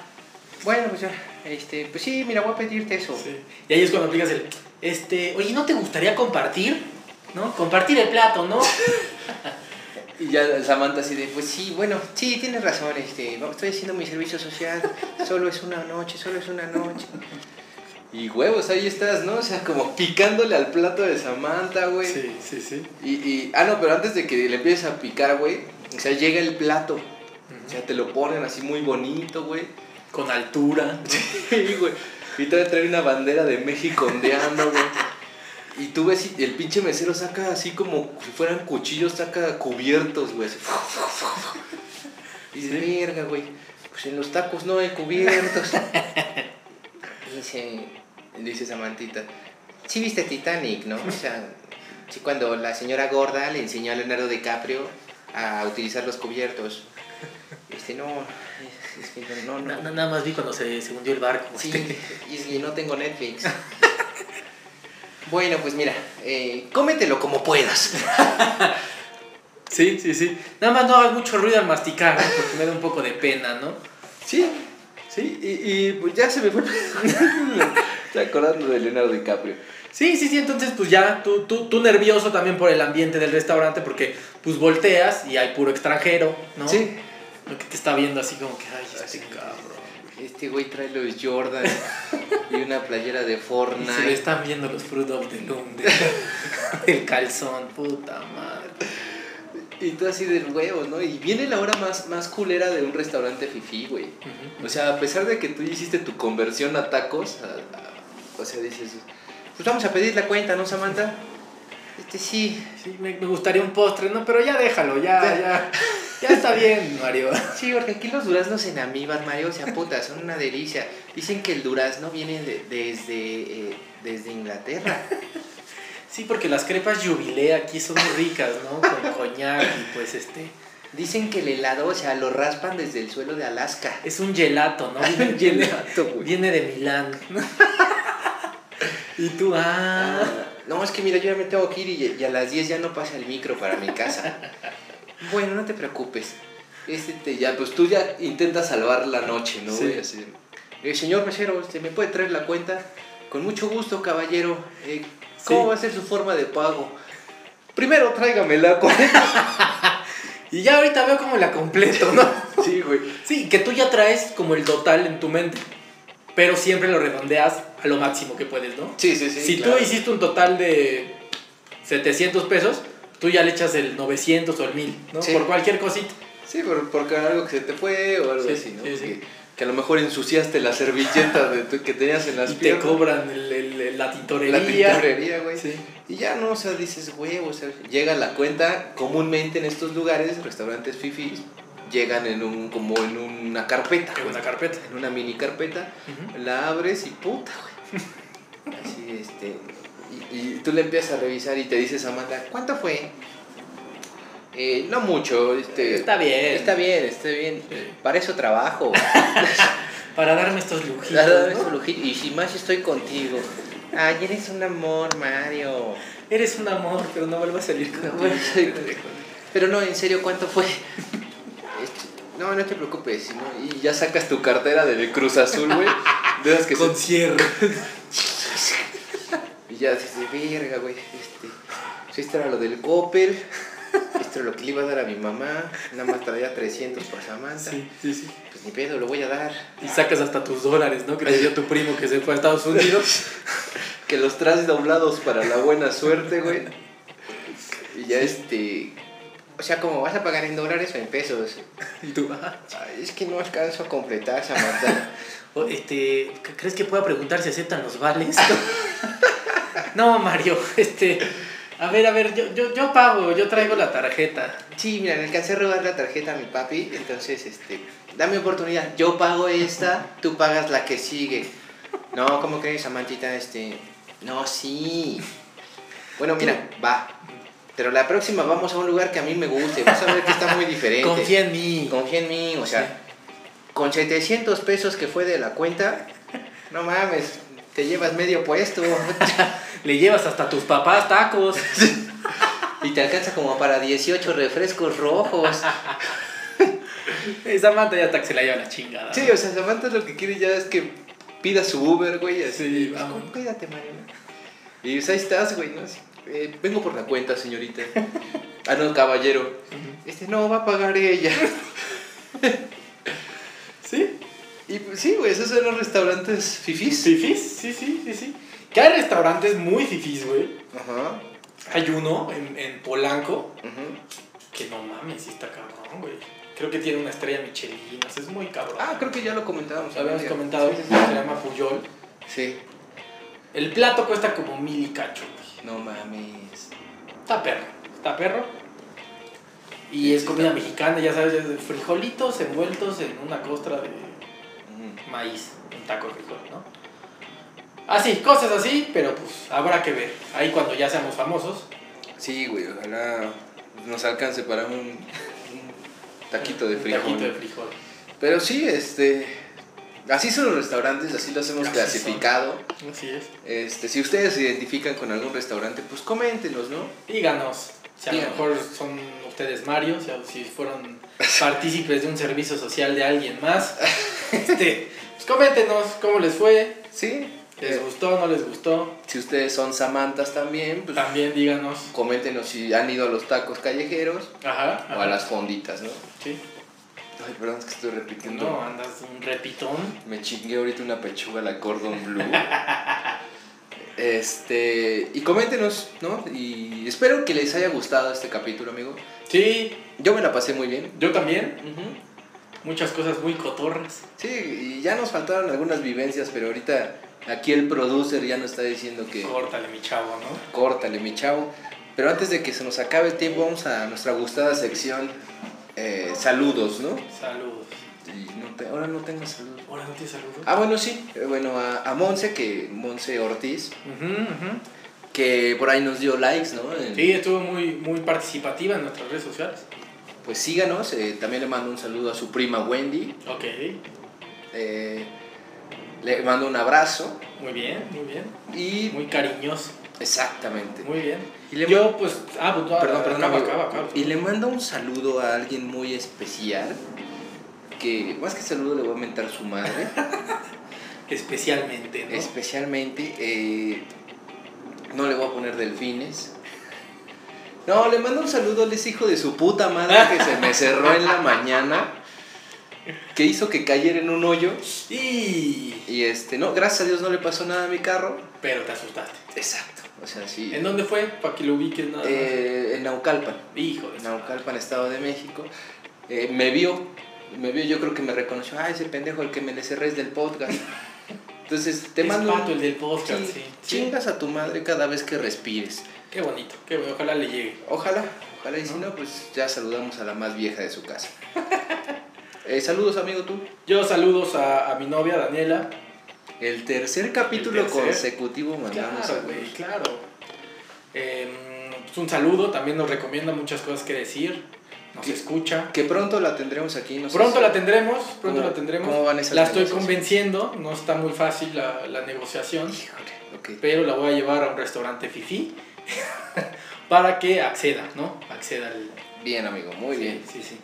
S3: Bueno, pues ya, este, pues sí, mira, voy a pedirte eso.
S4: Sí. Y ahí es cuando aplicas el, este, oye, ¿no te gustaría compartir? ¿No? Compartir el plato, ¿no?
S3: Y ya Samantha así de, pues sí, bueno, sí, tienes razón, este, no, estoy haciendo mi servicio [LAUGHS] social, solo es una noche, solo es una [LAUGHS] noche. Y huevos, ahí estás, ¿no? O sea, como picándole al plato de Samantha, güey.
S4: sí, sí.
S3: Y, y, ah, no, pero antes de que le empieces a picar, güey, o sea, llega el plato. O sea, te lo ponen así muy bonito, güey.
S4: Con altura.
S3: [LAUGHS] Sí, güey. Y trae, trae una bandera de México ondeando, güey. Y tú ves, y el pinche mesero saca así como si fueran cuchillos, saca cubiertos, güey. así. Y dice, verga, güey. Pues en los tacos no hay cubiertos. Y dice, dice Samantita, sí viste Titanic, ¿no? O sea, sí cuando la señora gorda le enseñó a Leonardo DiCaprio a utilizar los cubiertos. Este, no, es- es que yo no, no.
S4: Na- na- nada más vi cuando se, se hundió el barco.
S3: Sí,
S4: este.
S3: y si no tengo Netflix. bueno, pues mira, eh, cómetelo como puedas.
S4: sí, sí, sí. Nada más no hagas mucho ruido al masticar, ¿no? porque me da un poco de pena, ¿no?
S3: Sí, sí, y, y, pues ya se me fue. [LAUGHS] Estoy acordando de Leonardo DiCaprio.
S4: Sí, sí, sí, entonces pues ya tú, tú, tú nervioso también por el ambiente del restaurante porque pues volteas y hay puro extranjero, ¿no?
S3: Sí.
S4: Lo que te está viendo así como que, ay,
S3: Así,
S4: este cabrón.
S3: Este güey trae los Jordan y una playera de
S4: Y se le
S3: Fortnite.
S4: están viendo los Fruit of the Loom [LAUGHS] de- del calzón, puta madre.
S3: Y tú así de huevos, ¿no? Y viene la hora más, más culera de un restaurante fifí, güey.
S4: Ujú.
S3: O sea, a pesar de que tú hiciste tu conversión a tacos, a- a- o sea, dices, pues vamos a pedir la cuenta, ¿no, Samantha? Este sí,
S4: Sí, me, me gustaría un postre, no, pero ya déjalo, ya,
S3: Ya.
S4: ya. Ya está bien, Mario.
S3: Sí, porque aquí los duraznos en amíbar, Mario, o sea, puta, son una delicia. Dicen que el durazno viene de- desde, eh, desde Inglaterra.
S4: Sí, porque las crepas jubilé aquí son muy ricas, ¿no? Con coñac y pues este.
S3: Dicen que el helado, o sea, lo raspan desde el suelo de Alaska.
S4: Es un gelato, ¿no? Viene,
S3: gelato, güey.
S4: viene de Milán. y tú, ah.
S3: No, es que mira, yo ya me tengo que ir y, y a las 10 ya no pasa el micro para mi casa. bueno, no te preocupes. Este te- ya, pues tú ya intentas salvar la noche, ¿no?
S4: Sí.
S3: güey? Así de, "Eh, señor mesero, este, ¿me puede traer la cuenta? Con mucho gusto, caballero. Eh, ¿Cómo
S4: Sí.
S3: va a ser su forma de pago? Primero tráigame la 40.
S4: Y ya ahorita veo como la completo, ¿no?
S3: sí, güey.
S4: Sí, que tú ya traes como el total en tu mente, pero siempre lo redondeas a lo máximo que puedes, ¿no?
S3: Sí, sí, sí.
S4: si tú hiciste un total de 700 pesos, tú ya le echas el 900 o el 1000, ¿no?
S3: Sí.
S4: Por cualquier cosita.
S3: Sí, por, porque algo que se te fue o algo
S4: Sí,
S3: así, ¿no?
S4: sí, sí.
S3: Que, que a lo mejor ensuciaste la servilleta de tu- que tenías en las
S4: Y te
S3: piernas.
S4: cobran el- el- el- la tintorería.
S3: la tintorería, güey.
S4: Sí.
S3: Y ya no, o sea, dices, güey, o sea, llega la cuenta. Comúnmente en estos lugares, restaurantes fifis, llegan en un, como en una carpeta,
S4: En
S3: güey.
S4: una carpeta.
S3: en una mini carpeta,
S4: Ujú.
S3: la abres y puta, güey. Así, este. Y, y tú le empiezas a revisar y te dices, Amanda, ¿cuánto fue? "Eh, no mucho, este.
S4: Está bien.
S3: Está bien, está bien.
S4: Sí.
S3: Para eso trabajo.
S4: [LAUGHS] Para darme estos lujitos.
S3: Claro,
S4: ¿no?
S3: es un lujito. Y si más estoy contigo. Ay, eres un amor, Mario.
S4: Eres un amor, pero no vuelvo a salir contigo.
S3: vuelvo a salir contigo. Pero no, en serio, ¿cuánto fue? Este, [LAUGHS] No, no te preocupes. si no- Y ya sacas tu cartera del Cruz Azul, güey. De esas que se-
S4: Con cierre.
S3: Y ya dices, verga, güey. Este, pues esto era lo del Copper. Esto era lo que le iba a dar a mi mamá. Nada más traía 300 para Samantha.
S4: Sí, sí, sí.
S3: Pues ni pedo, lo voy a dar.
S4: Y sacas hasta tus dólares, ¿no? Que te dio tu primo que se fue a
S3: [LAUGHS]
S4: Estados Unidos.
S3: que los traes doblados para la buena suerte, güey. Y ya este. O sea, como vas a pagar en dólares o en pesos.
S4: Y tú, ah,
S3: Ay, es que no alcanzo a completar, Samantha.
S4: o, este, ¿c- ¿crees que pueda preguntar si aceptan los vales? [LAUGHS] no, Mario, este. A ver, a ver, yo, yo, yo pago, yo traigo la tarjeta.
S3: Sí, mira, le alcancé a robar la tarjeta a mi papi. Entonces, este. Dame oportunidad. Yo pago esta, tú pagas la que sigue. No, ¿cómo crees, Samantita? Este. No, sí. Bueno, mira, va. Pero la próxima vamos a un lugar que a mí me guste. Vas a ver que está muy diferente.
S4: Confía en mí.
S3: Confía en mí, o sea, con 700 pesos que fue de la cuenta, no mames, te llevas medio
S4: [LAUGHS]
S3: puesto
S4: Le llevas hasta a tus
S3: [LAUGHS]
S4: papás tacos.
S3: y te alcanza como para 18 refrescos rojos.
S4: Esa manta ya hasta que se la lleva la chingada.
S3: Sí, o sea, Samantha lo que quiere ya es que pida su Uber, güey, así.
S4: Sí, vamos.
S3: "Cu- Cuídate, Mario. Y pues, ahí estás, güey, ¿no? Así, "Eh, vengo por la cuenta,
S4: [LAUGHS]
S3: señorita. ah, no, caballero. Este no va a pagar ella.
S4: ¿Sí?
S3: Y pues, sí, güey, esos son los restaurantes fifís.
S4: ¿Fifis? Sí, sí, sí, sí. Que hay restaurantes muy fifis, güey.
S3: Ajá.
S4: Hay uno en, en Polanco
S3: ujú.
S4: que no mames, sí está cabrón, güey. Creo que tiene una estrella Michelin, o sea, es muy cabrón.
S3: Ah, creo que ya lo comentábamos.
S4: habíamos comentado,
S3: Sí, sí,
S4: se llama Puyol.
S3: sí.
S4: El plato cuesta como mil y cacho, güey.
S3: No mames.
S4: Está perro, está perro. Y
S3: Sí,
S4: es
S3: sí,
S4: comida
S3: está.
S4: mexicana, ya sabes, es de frijolitos envueltos en una costra de maíz, un taco de frijol, ¿no? Así, cosas así, pero pues habrá que ver. Ahí cuando ya seamos famosos,
S3: Sí, güey, ojalá nos alcance para un, un taquito de
S4: un
S3: frijol.
S4: taquito de frijol.
S3: Pero sí, este. Así son los restaurantes, así los hemos
S4: Así
S3: clasificado.
S4: Así es.
S3: Este, si ustedes se identifican con algún restaurante, pues coméntenos, ¿no?
S4: Díganos, si a lo
S3: Díganos.
S4: mejor son ustedes Mario, si, a- si
S3: [LAUGHS]
S4: fueron partícipes de un servicio social de alguien más, este, pues coméntenos cómo les fue,
S3: Sí.
S4: les
S3: Eh,
S4: gustó, no les gustó.
S3: si ustedes son samantas también, pues
S4: También díganos.
S3: coméntenos si han ido a los tacos callejeros
S4: Ajá.
S3: o a
S4: ajá,
S3: las fonditas, ¿no?
S4: sí.
S3: Ay, perdón, es que estoy repitiendo.
S4: No, andas un repitón.
S3: Me chingué ahorita una pechuga a la Cordon
S4: [LAUGHS]
S3: Blue. Este, y coméntenos, ¿no? Y espero que les haya gustado este capítulo, amigo.
S4: Sí,
S3: Yo me la pasé muy bien.
S4: yo también. Muchas cosas muy cotorras.
S3: Sí, y ya nos faltaron algunas vivencias, pero ahorita aquí el producer ya nos está diciendo que
S4: Córtale, mi chavo, ¿no?
S3: córtale, mi chavo. Pero antes de que se nos acabe el tiempo, vamos a nuestra gustada sección eh, saludos, ¿no?
S4: Saludos.
S3: Y no te- ahora no tengo saludos.
S4: Hola, ¿no tienes saludos?
S3: Ah, bueno, sí. Eh, Bueno, a, a Monse, que Monse Ortiz,
S4: Ujú, ujú.
S3: que por ahí nos dio likes, ¿no? En-
S4: Sí, estuvo muy, muy participativa en nuestras redes sociales.
S3: Pues síganos, eh, también le mando un saludo a su prima Wendy,
S4: Ok,
S3: eh, le mando un abrazo
S4: muy bien, muy bien.
S3: y...
S4: Muy cariñoso,
S3: Exactamente.
S4: muy bien.
S3: Y le
S4: Yo, pues, ah, pues, ah,
S3: Perdón, perdón,
S4: acaba,
S3: amigo.
S4: acaba, acaba.
S3: Y le mando un saludo a alguien muy especial, que más que saludo le voy a mentar su
S4: [LAUGHS]
S3: madre,
S4: Especialmente, ¿no?
S3: especialmente, eh, no le voy a poner delfines, No, le mando un saludo al ese hijo de su puta madre que se me cerró
S4: [LAUGHS]
S3: en la mañana. Que hizo que cayera en un hoyo.
S4: Y...
S3: Y este, no, gracias a Dios no le pasó nada a mi carro.
S4: Pero te asustaste.
S3: Exacto. O sea, sí.
S4: ¿En dónde fue? Para que lo ubiques nada más.
S3: Eh, en Naucalpan.
S4: Hijo de
S3: en
S4: su madre.
S3: Naucalpan, Estado de México. Eh, me vio, me vio, yo creo que me reconoció. Ah, ese pendejo, el que me le cerré es del podcast. Entonces, te
S4: Es
S3: mando.
S4: Pato, el del podcast, sí, sí.
S3: Chingas a tu madre cada vez que respires.
S4: Qué bonito, qué bueno, ojalá le llegue.
S3: Ojalá, ojalá, y si no, pues ya saludamos a la más vieja de su casa. Eh, saludos, amigo, tú.
S4: Yo saludos a, a mi novia Daniela.
S3: El tercer capítulo
S4: El tercer.
S3: consecutivo mandamos
S4: Claro,
S3: a-
S4: güey, claro. Eh, pues un saludo, también nos recomienda muchas cosas que decir, nos
S3: Sí.
S4: escucha.
S3: Que pronto la tendremos aquí. no sé
S4: Pronto
S3: si-
S4: la tendremos, pronto
S3: ¿Cómo-
S4: la tendremos.
S3: cómo van esas
S4: la estoy
S3: negociaciones?
S4: convenciendo, no está muy fácil la, la negociación,
S3: Híjole, ok.
S4: pero la voy a llevar a un restaurante fifi [LAUGHS] para que acceda, ¿no? Acceda al...
S3: Bien, amigo, muy
S4: sí,
S3: bien.
S4: Sí, sí.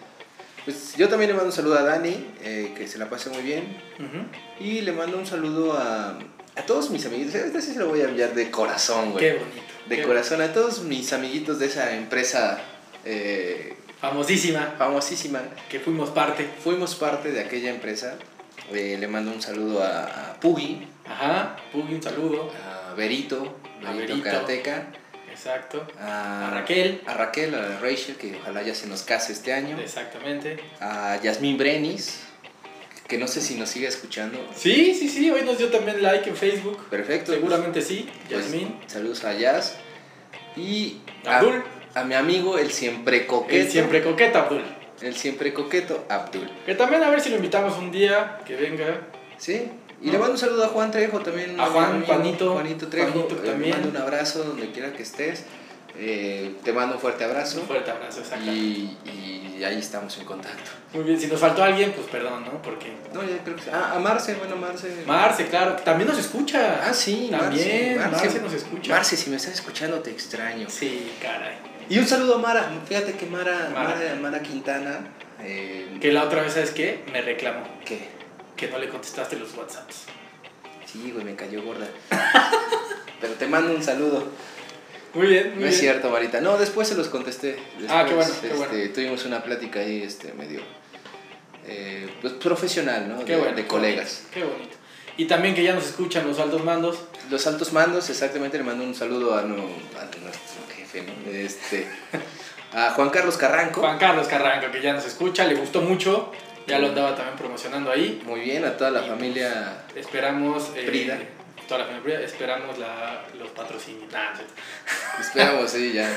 S3: Pues yo también le mando un saludo a Dani, eh, que se la pase muy bien.
S4: Ujú.
S3: Y le mando un saludo a, a todos mis amiguitos. Este sí se lo voy a enviar de corazón,
S4: Qué
S3: güey.
S4: bonito.
S3: De
S4: qué
S3: corazón a todos mis amiguitos de esa empresa eh,
S4: Famosísima,
S3: famosísima.
S4: que fuimos parte.
S3: Fuimos parte de aquella empresa. Eh, le mando un saludo a, a Pugi,
S4: Ajá, Pugui, un saludo.
S3: a Berito,
S4: A
S3: Berito
S4: Berito.
S3: Karateka,
S4: Exacto.
S3: a,
S4: A Raquel.
S3: a Raquel, a Rachel, que ojalá ya se nos case este año,
S4: Exactamente.
S3: a Yasmín Brenis, que no sé si nos sigue escuchando.
S4: Sí, sí, sí, hoy nos dio también like en Facebook.
S3: Perfecto.
S4: Seguramente sí,
S3: Pues,
S4: Yasmín.
S3: saludos a Jazz. Y a,
S4: Abdul.
S3: a mi amigo, el siempre coqueto.
S4: el siempre coqueta, Abdul.
S3: el siempre coqueto, Abdul.
S4: Que también a ver si lo invitamos un día, que venga.
S3: ¿Sí? Y
S4: ¿No?
S3: le mando un saludo a Juan Trejo también.
S4: Ah. A
S3: un
S4: Juan,
S3: amigo,
S4: Juanito,
S3: Juanito Trejo.
S4: Juanito
S3: eh,
S4: también.
S3: Le mando un abrazo donde quiera que estés. Eh, te mando un fuerte abrazo.
S4: Un fuerte abrazo, exacto.
S3: Y, y ahí estamos en contacto.
S4: Muy bien, si nos faltó alguien, pues perdón, ¿no? Porque.
S3: No, ya creo que sí. Ah, a Marce, bueno, Marce.
S4: Marce, claro, que también nos escucha.
S3: ah, sí,
S4: También,
S3: Marce.
S4: Marce nos escucha.
S3: Marce, si me estás escuchando, te extraño.
S4: Sí, caray.
S3: Y un saludo a Mara. Fíjate que Mara,
S4: Mara.
S3: Mara, Mara Quintana. eh,
S4: Que la otra vez, ¿sabes qué? Me reclamó
S3: ¿Qué?
S4: que no le contestaste los WhatsApps.
S3: Sí, güey, me cayó gorda. [LAUGHS] Pero te mando un saludo.
S4: Muy bien, muy
S3: No
S4: bien.
S3: es cierto, Marita. No, después se los contesté.
S4: Ah, qué
S3: Después,
S4: bueno, qué
S3: este,
S4: bueno.
S3: Tuvimos una plática ahí este, medio eh, pues, profesional, ¿no?
S4: Qué
S3: de,
S4: bueno.
S3: de colegas.
S4: Qué bonito. Y también que ya nos escuchan los altos mandos.
S3: Los altos mandos, exactamente, le mando un saludo a, no, a nuestro jefe, ¿no? Este, [LAUGHS] a Juan Carlos Carranco.
S4: Juan Carlos Carranco, que ya nos escucha, le gustó mucho, ya lo andaba también promocionando ahí.
S3: Muy bien, a toda la
S4: Y,
S3: familia.
S4: Esperamos. eh,
S3: Frida.
S4: Toda la familia Frida, esperamos la, los patrocinios. Nah, no, es cierto.
S3: Esperamos, sí, ya.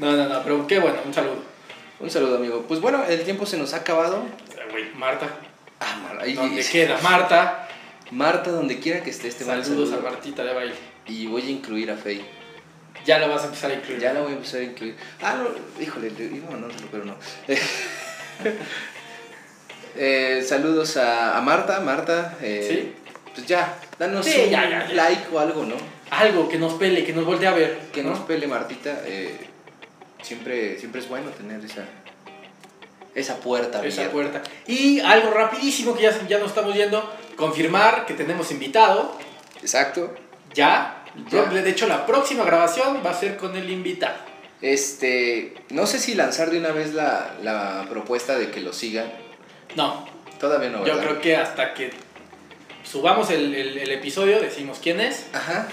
S4: no, no, no, pero qué bueno, un saludo.
S3: Un saludo, amigo. Pues bueno, el tiempo se nos ha acabado.
S4: Eh, güey, Marta,
S3: Ah, Mar- ahí-
S4: ¿dónde queda Marta?
S3: Marta, donde quiera que estés, te mando un
S4: Saludos a
S3: Este saludo.
S4: Martita de baile.
S3: Y voy a incluir a Faye.
S4: Ya la vas a empezar a incluir.
S3: Ya la voy a empezar a incluir. Ah, no, híjole, le iba a mandárselo, pero no. [LAUGHS] Eh, saludos a, a Marta, Marta. eh, Pues ya, danos
S4: Sí,
S3: un
S4: ya, ya, ya.
S3: like o algo, ¿no?
S4: Algo que nos pele, que nos voltee a ver.
S3: Que
S4: ¿no?
S3: nos pele Martita. eh, siempre, siempre es bueno tener esa, esa puerta abierta.
S4: Esa puerta. Y algo rapidísimo que ya, ya nos estamos yendo, confirmar que tenemos invitado.
S3: Exacto.
S4: Ya.
S3: Ya.
S4: De hecho, la próxima grabación va a ser con el invitado.
S3: Este, no sé si lanzar de una vez la, la propuesta de que lo sigan.
S4: No,
S3: Todavía no, ¿verdad?
S4: yo creo que hasta que subamos el, el- el episodio, decimos quién es.
S3: Ajá.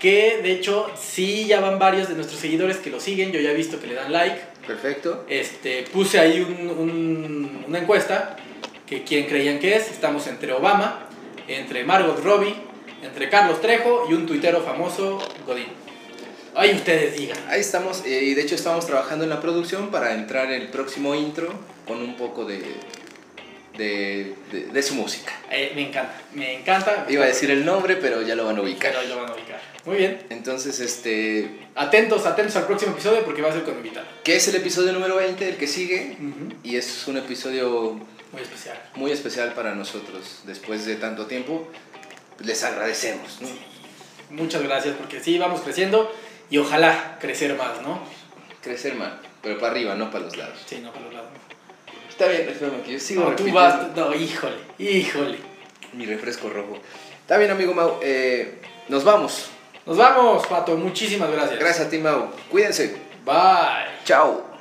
S4: Que de hecho, sí, ya van varios de nuestros seguidores que lo siguen. Yo ya he visto que le dan like.
S3: Perfecto.
S4: Este, puse ahí un- un- una encuesta que quién creían que es. Estamos entre Obama, entre Margot Robbie, entre Carlos Trejo y un tuitero famoso, Godín. Ahí ustedes digan.
S3: Ahí estamos, eh, y de hecho estamos trabajando en la producción para entrar el próximo intro con un poco de, de, de- de su música.
S4: Eh, me encanta, me encanta.
S3: Iba a decir el nombre, pero ya lo van a ubicar.
S4: Pero ahí lo van a ubicar. Muy bien.
S3: Entonces, este,
S4: Atentos, atentos al próximo episodio porque va a ser con invitado.
S3: que es el episodio número 20, el que sigue, y es un episodio
S4: Muy especial.
S3: muy especial para nosotros. Después de tanto tiempo, les agradecemos. ¿no?
S4: Muchas gracias porque sí, vamos creciendo y ojalá crecer más, ¿no?
S3: Crecer mal, pero para arriba, no para los lados.
S4: Sí, no para los lados.
S3: Está bien, espérame, que yo sigo
S4: No, tú
S3: repitiendo.
S4: vas, no, híjole, híjole.
S3: Mi refresco rojo. Está bien, amigo Mau, eh, nos vamos.
S4: Nos vamos, Pato. Muchísimas gracias.
S3: Gracias a ti, Mau. Cuídense.
S5: Bye.
S4: Chao.